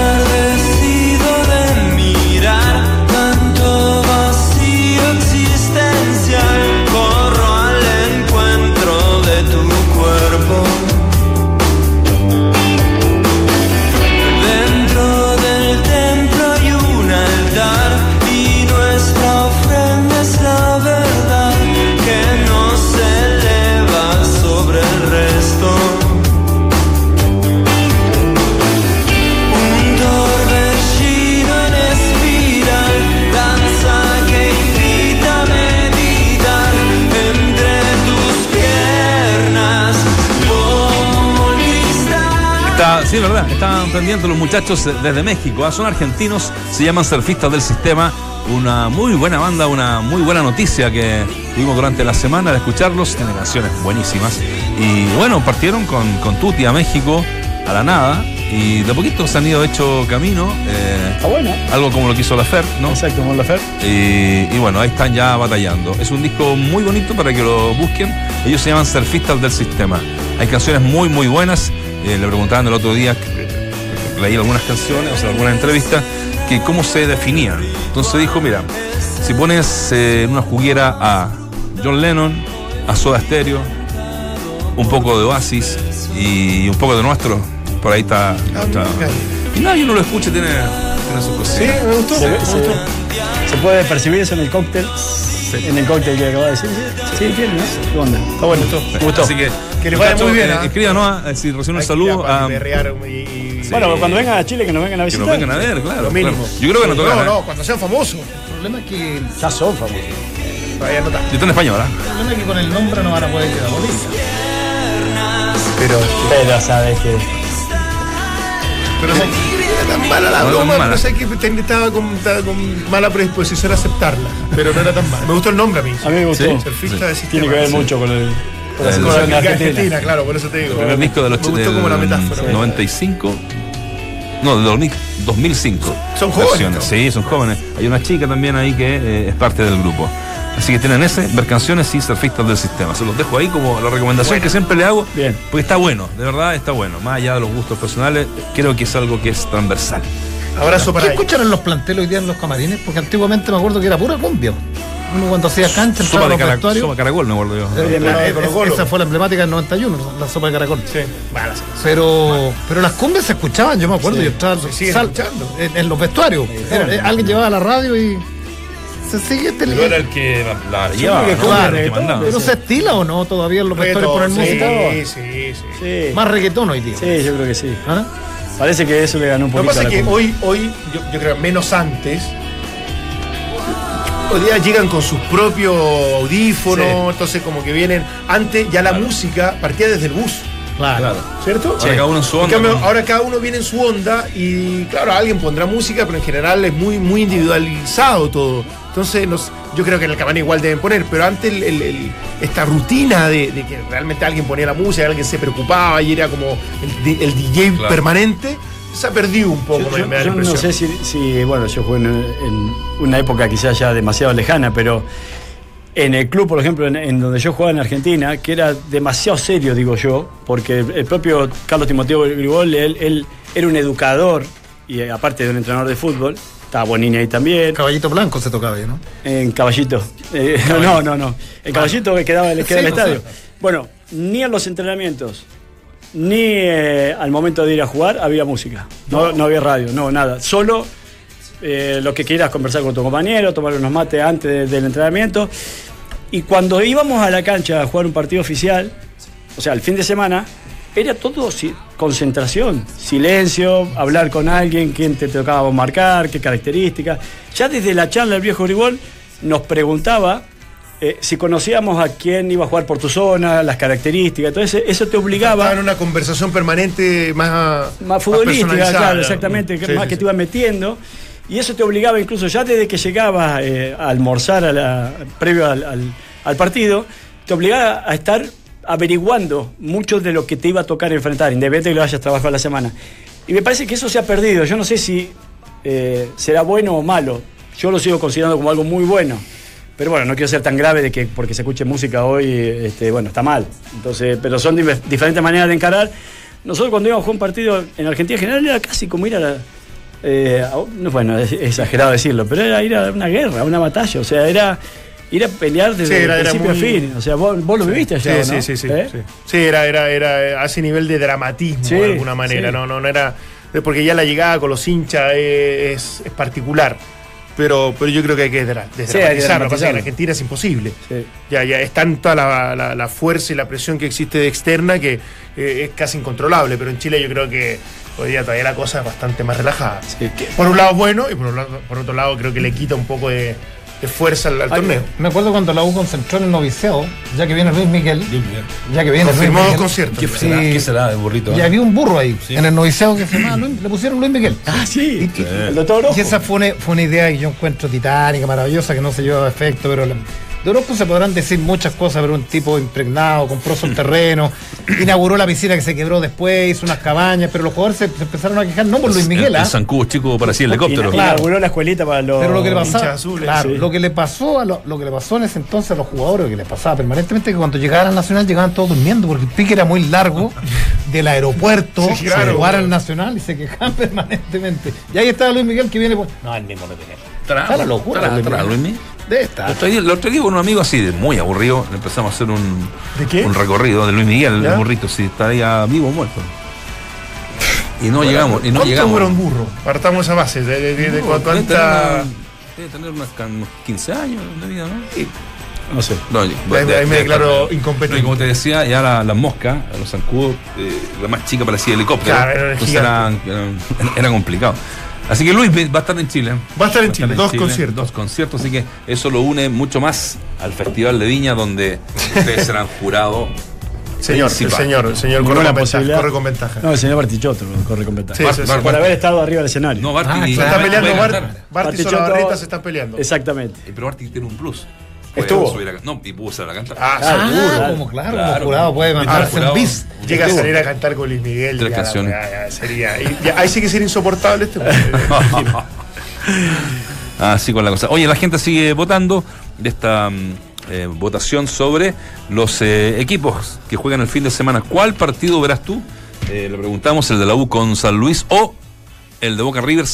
[SPEAKER 9] Enardecido de mirar tanto vacío existencial, corro al encuentro de tu cuerpo. Dentro del templo hay un altar y nuestra ofrenda es la verdad que nos eleva sobre el resto. Un torbellino en espiral, danza que invita a meditar entre tus piernas. Como el cristal.
[SPEAKER 5] Está, sí, es verdad, están pendientes los muchachos eh, desde México. ah, Son argentinos, se llaman Surfistas del Sistema. Una muy buena banda, una muy buena noticia que tuvimos durante la semana de escucharlos. Tienen canciones buenísimas. Y bueno, partieron con, con Tuti a México, a la nada. Y de a poquito se han ido hecho camino. eh,
[SPEAKER 3] Está bueno.
[SPEAKER 5] algo como lo que hizo la Fer, ¿no?
[SPEAKER 3] Exacto, Mon Laferte.
[SPEAKER 5] Y, y bueno, ahí están ya batallando. Es un disco muy bonito para que lo busquen. Ellos se llaman Surfistas del Sistema. Hay canciones muy, muy buenas. Eh, le preguntaban el otro día, eh, leí algunas canciones, o sea, algunas entrevistas, que cómo se definían. Entonces dijo, mira, si pones eh, en una juguera a John Lennon, a Soda Stereo, un poco de Oasis y un poco de nuestro, por ahí está. está. Y nadie no lo escucha, tiene, tiene sus cosas.
[SPEAKER 3] Se, ve- se- se puede percibir eso en el cóctel. En el cóctel que acabas de decir. Sí, sí, tiene, ¿no? ¿Qué onda?
[SPEAKER 2] Está bueno.
[SPEAKER 5] Gusto. Así que,
[SPEAKER 2] Que les vaya
[SPEAKER 5] muchachos,
[SPEAKER 2] muy bien,
[SPEAKER 5] eh,
[SPEAKER 2] ¿ah?
[SPEAKER 5] escríbanos, eh, si recién un
[SPEAKER 2] Hay que ir
[SPEAKER 5] saludo
[SPEAKER 2] a-
[SPEAKER 5] a,
[SPEAKER 2] a berrear y- y-
[SPEAKER 3] Bueno, cuando vengan a Chile, que nos vengan
[SPEAKER 5] que
[SPEAKER 3] a visitar.
[SPEAKER 5] nos vengan a ver, claro.
[SPEAKER 2] lo mínimo.
[SPEAKER 5] claro. Yo creo que nos tocan.
[SPEAKER 2] No,
[SPEAKER 5] ¿eh?
[SPEAKER 2] no, cuando sean famosos.
[SPEAKER 1] El problema es que, el
[SPEAKER 3] Ya son famosos.
[SPEAKER 2] Todavía no está.
[SPEAKER 5] Yo estoy en España, ¿verdad?
[SPEAKER 1] problema es que con el nombre no van a poder quedar bolivianos.
[SPEAKER 2] Pero,
[SPEAKER 3] Pero sabes que.
[SPEAKER 2] pero sé que era tan mala la
[SPEAKER 5] No, no,
[SPEAKER 2] broma,
[SPEAKER 5] mala.
[SPEAKER 2] pero sé que ten- estaba con, estaba con mala predisposición a aceptarla. Pero no era tan mala. Me gustó el nombre a mí.
[SPEAKER 3] A mí me gustó.
[SPEAKER 5] Sí.
[SPEAKER 2] Surfista de sistema.
[SPEAKER 3] Tiene que ver
[SPEAKER 2] Sí.
[SPEAKER 3] mucho con, el, con la
[SPEAKER 5] Sí,
[SPEAKER 2] Con la
[SPEAKER 3] situación de
[SPEAKER 2] Argentina,
[SPEAKER 3] Argentina.
[SPEAKER 2] claro, por eso te digo.
[SPEAKER 5] El primer disco de los
[SPEAKER 2] Me gustó como la
[SPEAKER 5] del
[SPEAKER 2] metáfora.
[SPEAKER 5] 95. No, del 2000, 2005.
[SPEAKER 2] Son jóvenes,
[SPEAKER 5] Versiones.
[SPEAKER 2] ¿no?
[SPEAKER 5] Sí, son jóvenes. Hay una chica también ahí que eh, es parte del grupo. Así que tienen ese, ver canciones y surfistas del sistema. Se los dejo ahí como la recomendación que siempre le hago.
[SPEAKER 3] Bien.
[SPEAKER 5] Porque está bueno, de verdad está bueno. Más allá de los gustos personales, creo que es algo que es transversal.
[SPEAKER 2] Abrazo
[SPEAKER 1] ¿Qué
[SPEAKER 2] para ellos.
[SPEAKER 1] escucharon los planteles hoy día en los camarines? Porque antiguamente me acuerdo que era pura cumbia. Uno cuando hacía
[SPEAKER 2] ¿Este
[SPEAKER 1] cancha,
[SPEAKER 5] Sopa
[SPEAKER 1] entraba a
[SPEAKER 5] de,
[SPEAKER 1] los
[SPEAKER 5] cara-
[SPEAKER 1] vestuarios.
[SPEAKER 5] sopa de caracol, me acuerdo yo.
[SPEAKER 1] Eh,
[SPEAKER 2] de
[SPEAKER 1] la-
[SPEAKER 2] Colo-Colo.
[SPEAKER 1] esa fue la emblemática del 91, la sopa de caracol.
[SPEAKER 2] Sí. Bueno, sí.
[SPEAKER 1] Pero, pero las cumbres se escuchaban, yo me acuerdo, yo estaba
[SPEAKER 2] Se siguen
[SPEAKER 1] sal-
[SPEAKER 2] escuchando.
[SPEAKER 1] en, en los vestuarios. Era- eh, alguien llevaba la radio y se sigue este
[SPEAKER 5] Yo era el que la, la llevaba.
[SPEAKER 1] que
[SPEAKER 5] ¿no?
[SPEAKER 1] claro,
[SPEAKER 5] El que
[SPEAKER 1] reggaetón,
[SPEAKER 5] mandaba.
[SPEAKER 1] Pero se estila o no todavía en los vestuarios poner música.
[SPEAKER 2] sí, sí, sí.
[SPEAKER 3] Sí.
[SPEAKER 1] Más reggaetón hoy día.
[SPEAKER 3] Sí, yo creo que sí.
[SPEAKER 1] ¿Ah?
[SPEAKER 3] Parece que eso le ganó un
[SPEAKER 2] Lo que
[SPEAKER 3] poquito
[SPEAKER 2] pasa
[SPEAKER 3] a
[SPEAKER 2] es
[SPEAKER 3] la
[SPEAKER 2] que
[SPEAKER 3] cumbia.
[SPEAKER 2] hoy, hoy yo, yo creo, menos antes, hoy día llegan con sus propios audífonos,
[SPEAKER 5] Sí.
[SPEAKER 2] entonces como que vienen, antes ya la música partía desde el bus,
[SPEAKER 1] Claro.
[SPEAKER 5] Claro.
[SPEAKER 2] ¿cierto?
[SPEAKER 5] Ahora cada uno en su onda, pues.
[SPEAKER 2] cambio,
[SPEAKER 5] ¿no?
[SPEAKER 2] ahora cada uno viene en su onda y claro, alguien pondrá música, pero en general es muy, muy individualizado todo. Entonces nos- yo creo que en el cabana igual deben poner, pero antes el- el- el- esta rutina de, de que realmente alguien ponía la música, alguien se preocupaba y era como el, di- el DJ
[SPEAKER 5] Claro.
[SPEAKER 2] permanente, se ha perdido un poco,
[SPEAKER 3] Yo-
[SPEAKER 2] me,
[SPEAKER 3] yo-
[SPEAKER 2] me da la
[SPEAKER 3] yo no
[SPEAKER 2] impresión.
[SPEAKER 3] sé si, si, bueno, yo jugué en, en una época quizás ya demasiado lejana, pero en el club, por ejemplo, en, en donde yo jugaba en Argentina, que era demasiado serio, digo yo, porque el propio Carlos Timoteo Grigol, él, él era un educador y eh, aparte de un entrenador de fútbol, estaba Bonini ahí también.
[SPEAKER 1] Caballito blanco se tocaba, ¿no?
[SPEAKER 3] En Caballito. Eh, No, no, no. En Caballito que quedaba, le queda
[SPEAKER 1] Sí,
[SPEAKER 3] el
[SPEAKER 1] no sé.
[SPEAKER 3] estadio. Bueno, ni en los entrenamientos, ni eh, al momento de ir a jugar había música. No, no había radio, no, nada. Solo eh, lo que quieras conversar con tu compañero, tomar unos mates antes de- del entrenamiento. Y cuando íbamos a la cancha a jugar un partido oficial, o sea, el fin de semana, era todo si- concentración, silencio, hablar con alguien, quién te tocaba marcar, qué características. Ya desde la charla el viejo Grigol nos preguntaba eh, si conocíamos a quién iba a jugar por tu zona, las características, entonces eso te
[SPEAKER 2] Estaba
[SPEAKER 3] obligaba
[SPEAKER 2] en una conversación permanente más,
[SPEAKER 3] más futbolística,
[SPEAKER 2] personalizada.
[SPEAKER 3] claro, exactamente, que
[SPEAKER 2] Sí,
[SPEAKER 3] más
[SPEAKER 2] sí,
[SPEAKER 3] que
[SPEAKER 2] sí.
[SPEAKER 3] te iba metiendo. Y eso te obligaba incluso ya desde que llegabas eh, a almorzar a la, previo al, al- al partido, te obligaba a estar averiguando mucho de lo que te iba a tocar enfrentar, independientemente de que lo hayas trabajado la semana. Y me parece que eso se ha perdido. Yo no sé si eh, será bueno o malo. Yo lo sigo considerando como algo muy bueno. Pero bueno, no quiero ser tan grave de que porque se escuche música hoy, eh, este, bueno, está mal. Entonces, pero son dive- diferentes maneras de encarar. Nosotros cuando íbamos a jugar un partido en Argentina en general era casi como ir a la... eh, a- no, bueno, es es exagerado decirlo, pero era ir a una guerra, a una batalla. O sea, era ir a pelear desde
[SPEAKER 2] Sí, era-
[SPEAKER 3] el
[SPEAKER 2] era
[SPEAKER 3] principio
[SPEAKER 2] muy-
[SPEAKER 3] a fin. O sea, vos, vos lo viviste allá,
[SPEAKER 2] Sí,
[SPEAKER 3] ¿o no?
[SPEAKER 2] sí, sí, sí,
[SPEAKER 3] ¿Eh?
[SPEAKER 2] sí. Sí, era, era, era a ese nivel de dramatismo
[SPEAKER 3] Sí,
[SPEAKER 2] de alguna manera.
[SPEAKER 3] sí.
[SPEAKER 2] No, no, no era. eh, Porque ya la llegada con los hinchas eh, es, es particular. Pero, pero yo creo que hay que dra- desdramatizarlo.
[SPEAKER 3] Sí, hay
[SPEAKER 2] Lo que
[SPEAKER 3] que
[SPEAKER 2] pasa es que en
[SPEAKER 3] dramatizarlo.
[SPEAKER 2] Argentina es imposible.
[SPEAKER 3] Sí.
[SPEAKER 2] Ya, ya es tanta la, la- la fuerza y la presión que existe de externa que eh, es casi incontrolable. Pero en Chile yo creo que hoy día todavía la cosa es bastante más relajada.
[SPEAKER 3] Sí.
[SPEAKER 2] Que por un lado es bueno y por, un lado- por otro lado creo que le quita un poco de, de fuerza al, al torneo.
[SPEAKER 1] Me acuerdo cuando la U concentró en el noviciado, ya que viene Luis Miguel, ya que viene
[SPEAKER 2] Confirmó
[SPEAKER 1] Luis Miguel,
[SPEAKER 2] concierto.
[SPEAKER 1] Sí.
[SPEAKER 4] será de burrito? eh?
[SPEAKER 1] Y había un burro ahí, en el noviciado que se llamaba Luis- le pusieron Luis Miguel.
[SPEAKER 3] Ah, sí.
[SPEAKER 1] Y- y-
[SPEAKER 3] El doctor Orojo.
[SPEAKER 1] Y esa fue una, fue una idea que yo encuentro titánica, maravillosa, que no se llevó a efecto, pero la- de Orozco se podrán decir muchas cosas, pero un tipo impregnado, compró su terreno, inauguró la piscina que se quebró después, hizo unas cabañas, pero los jugadores se, se empezaron a quejar, no por Luis Miguel,
[SPEAKER 5] El,
[SPEAKER 1] ¿ah?
[SPEAKER 5] el zancudo chico parecía helicóptero.
[SPEAKER 3] Y- y inauguró la escuelita para los...
[SPEAKER 1] pero lo que le
[SPEAKER 2] hinchas
[SPEAKER 1] pasaba,
[SPEAKER 2] azules,
[SPEAKER 1] claro,
[SPEAKER 3] sí.
[SPEAKER 1] lo que le pasó a lo, lo que le pasó en ese entonces a los jugadores, lo que les pasaba permanentemente, que cuando llegaban al Nacional llegaban todos durmiendo, porque el pique era muy largo del aeropuerto,
[SPEAKER 2] Sí, claro.
[SPEAKER 1] se jugar al Nacional y se quejaban permanentemente. Y ahí estaba Luis Miguel que viene por- No, el mismo Luis Miguel. Está la locura,
[SPEAKER 5] Tra-
[SPEAKER 1] Luis
[SPEAKER 5] tra-
[SPEAKER 1] Miguel.
[SPEAKER 5] Luis Miguel.
[SPEAKER 1] De
[SPEAKER 5] El
[SPEAKER 1] esta.
[SPEAKER 5] otro día- el otro día con un amigo así, de muy aburrido, le empezamos a hacer un,
[SPEAKER 2] ¿De qué?
[SPEAKER 5] un recorrido de Luis Miguel,
[SPEAKER 2] ¿Ya?
[SPEAKER 5] el burrito, si estaría vivo o muerto. Y no llegamos, y no
[SPEAKER 2] ¿Cuánto
[SPEAKER 5] llegamos.
[SPEAKER 2] dura un burro? Partamos esa base. ¿De, de, de, de
[SPEAKER 5] No,
[SPEAKER 2] cuánto
[SPEAKER 5] debe tener
[SPEAKER 2] anta-
[SPEAKER 5] una- Debe tener unas can- unos 15 años de vida, ¿no?
[SPEAKER 3] No sé.
[SPEAKER 5] No,
[SPEAKER 2] Ahí me- ahí me declaro
[SPEAKER 5] Pero como
[SPEAKER 2] incompetente.
[SPEAKER 5] te decía, ya la- las moscas, los zancudos, eh, la más chica parecía helicóptero.
[SPEAKER 2] Claro, era
[SPEAKER 5] Entonces
[SPEAKER 2] gigante.
[SPEAKER 5] eran- eran- era complicado. Así que Luis va a estar en Chile.
[SPEAKER 2] Va a estar en Chile. Dos conciertos.
[SPEAKER 5] Dos conciertos, así que eso lo une mucho más al Festival de Viña, donde ustedes serán jurado.
[SPEAKER 2] Señor, el
[SPEAKER 5] principal.
[SPEAKER 2] señor, el señor corre
[SPEAKER 3] Ninguna
[SPEAKER 2] con, ventaja,
[SPEAKER 3] posibilidad.
[SPEAKER 2] corre con ventaja.
[SPEAKER 3] No, el señor Bartichotto corre con ventaja.
[SPEAKER 2] Sí,
[SPEAKER 5] Bar-
[SPEAKER 2] sí, sí.
[SPEAKER 5] Bar-
[SPEAKER 3] Por
[SPEAKER 5] Bar-
[SPEAKER 3] haber estado arriba del escenario.
[SPEAKER 5] No, Barty.
[SPEAKER 1] Ah,
[SPEAKER 5] ni-
[SPEAKER 1] claro.
[SPEAKER 2] Se están
[SPEAKER 5] Barty
[SPEAKER 2] peleando,
[SPEAKER 5] puede
[SPEAKER 2] Bart,
[SPEAKER 5] cantar.
[SPEAKER 2] Bart y
[SPEAKER 3] Bartichotto-
[SPEAKER 2] Solabarrieta se están peleando.
[SPEAKER 3] Exactamente.
[SPEAKER 5] Eh, Pero Barty tiene un plus.
[SPEAKER 3] Estuvo.
[SPEAKER 5] Puede subir a can- no, y pudo salir a cantar.
[SPEAKER 2] Ah,
[SPEAKER 3] Ah,
[SPEAKER 2] sí.
[SPEAKER 1] Ah,
[SPEAKER 3] Seguro.
[SPEAKER 1] como claro,
[SPEAKER 5] Claro.
[SPEAKER 1] como jurado puede mandarse
[SPEAKER 5] jurado.
[SPEAKER 1] un bis.
[SPEAKER 2] Llega a salir a cantar con Luis Miguel.
[SPEAKER 5] Tres
[SPEAKER 2] ya,
[SPEAKER 5] canciones.
[SPEAKER 2] ya, ya, sería, y- ya, ahí sí que sería insoportable este.
[SPEAKER 5] Así con la cosa. Oye, la gente sigue votando de esta mm, eh, votación sobre los eh, equipos que juegan el fin de semana. ¿Cuál partido verás tú? Eh, le preguntamos el de la U con San Luis o el de Boca River,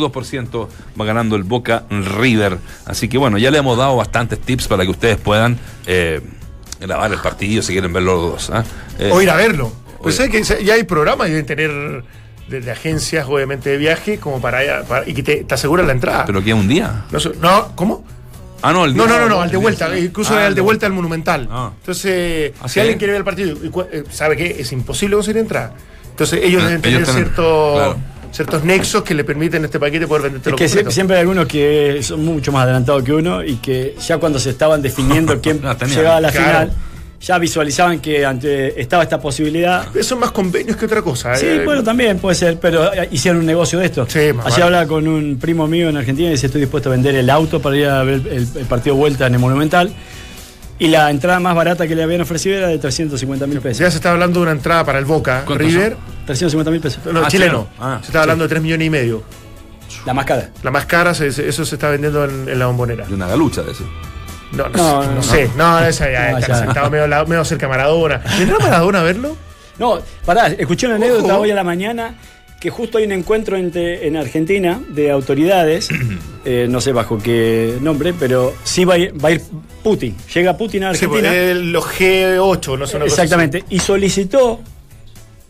[SPEAKER 5] 72% va ganando el Boca River. Así que bueno, ya le hemos dado bastantes tips para que ustedes puedan eh, grabar el partido si quieren ver los dos. ¿ah? Eh,
[SPEAKER 2] o ir a verlo. Pues
[SPEAKER 5] oye.
[SPEAKER 2] sé que se- ya hay programas y deben tener desde agencias, obviamente, de viaje, como para, allá, para- y que te, te aseguran la entrada.
[SPEAKER 5] Pero queda un día.
[SPEAKER 2] No, sé- no, ¿cómo?
[SPEAKER 5] Ah, no, el día.
[SPEAKER 2] No, no, no, no, al de
[SPEAKER 5] el
[SPEAKER 2] vuelta,
[SPEAKER 5] día-
[SPEAKER 2] incluso
[SPEAKER 5] Ah,
[SPEAKER 2] al de vuelta al Monumental.
[SPEAKER 5] Ah.
[SPEAKER 2] Entonces,
[SPEAKER 5] ¿Ah, sí?
[SPEAKER 2] si alguien quiere ver el partido y cu- eh, sabe que es imposible conseguir entrada, entonces ellos
[SPEAKER 5] Ah,
[SPEAKER 2] deben
[SPEAKER 5] ellos
[SPEAKER 2] tener
[SPEAKER 5] tienen-
[SPEAKER 2] cierto-
[SPEAKER 5] claro.
[SPEAKER 2] ciertos nexos que le permiten a este paquete poder venderte
[SPEAKER 3] Es que sie- siempre hay algunos que son mucho más adelantados que uno y que ya cuando se estaban definiendo quién
[SPEAKER 5] La tenían,
[SPEAKER 3] llegaba a la
[SPEAKER 2] claro.
[SPEAKER 3] final, ya visualizaban que ante, estaba esta posibilidad.
[SPEAKER 2] Son más convenios que otra cosa.
[SPEAKER 3] Sí,
[SPEAKER 2] eh.
[SPEAKER 3] bueno, también puede ser, pero eh, hicieron un negocio de esto.
[SPEAKER 2] Sí, más
[SPEAKER 3] Ayer
[SPEAKER 2] vale.
[SPEAKER 3] hablaba con un primo mío en Argentina y dice, estoy dispuesto a vender el auto para ir a ver el, el partido vuelta en el Monumental. Y la entrada más barata que le habían ofrecido era de 350 mil
[SPEAKER 2] Ya
[SPEAKER 3] pesos.
[SPEAKER 2] se está hablando de una entrada para el Boca,
[SPEAKER 5] ¿Cuántos
[SPEAKER 2] River,
[SPEAKER 3] 350 mil pesos.
[SPEAKER 2] no,
[SPEAKER 5] Ah,
[SPEAKER 2] chileno.
[SPEAKER 5] chileno. Ah,
[SPEAKER 2] se está hablando de 3 millones y medio.
[SPEAKER 3] La más cara.
[SPEAKER 2] La más cara, se- se- eso se está vendiendo en, en la bombonera.
[SPEAKER 5] De una galucha de eso.
[SPEAKER 2] No, no,
[SPEAKER 3] No,
[SPEAKER 2] sé, no
[SPEAKER 3] no.
[SPEAKER 2] sé. No, esa ya
[SPEAKER 3] No,
[SPEAKER 2] está
[SPEAKER 3] ya.
[SPEAKER 2] sentado medio, al lado- medio cerca a Maradona. ¿Vendrá Maradona a verlo?
[SPEAKER 3] No, pará, escuché una anécdota
[SPEAKER 2] Ojo.
[SPEAKER 3] hoy a la mañana que justo hay un encuentro entre, en Argentina de autoridades, eh, no sé bajo qué nombre, pero sí va a ir, va a ir Putin. Llega Putin a
[SPEAKER 2] Sí,
[SPEAKER 3] Argentina.
[SPEAKER 2] porque los G8, no son
[SPEAKER 3] Exactamente. Y solicitó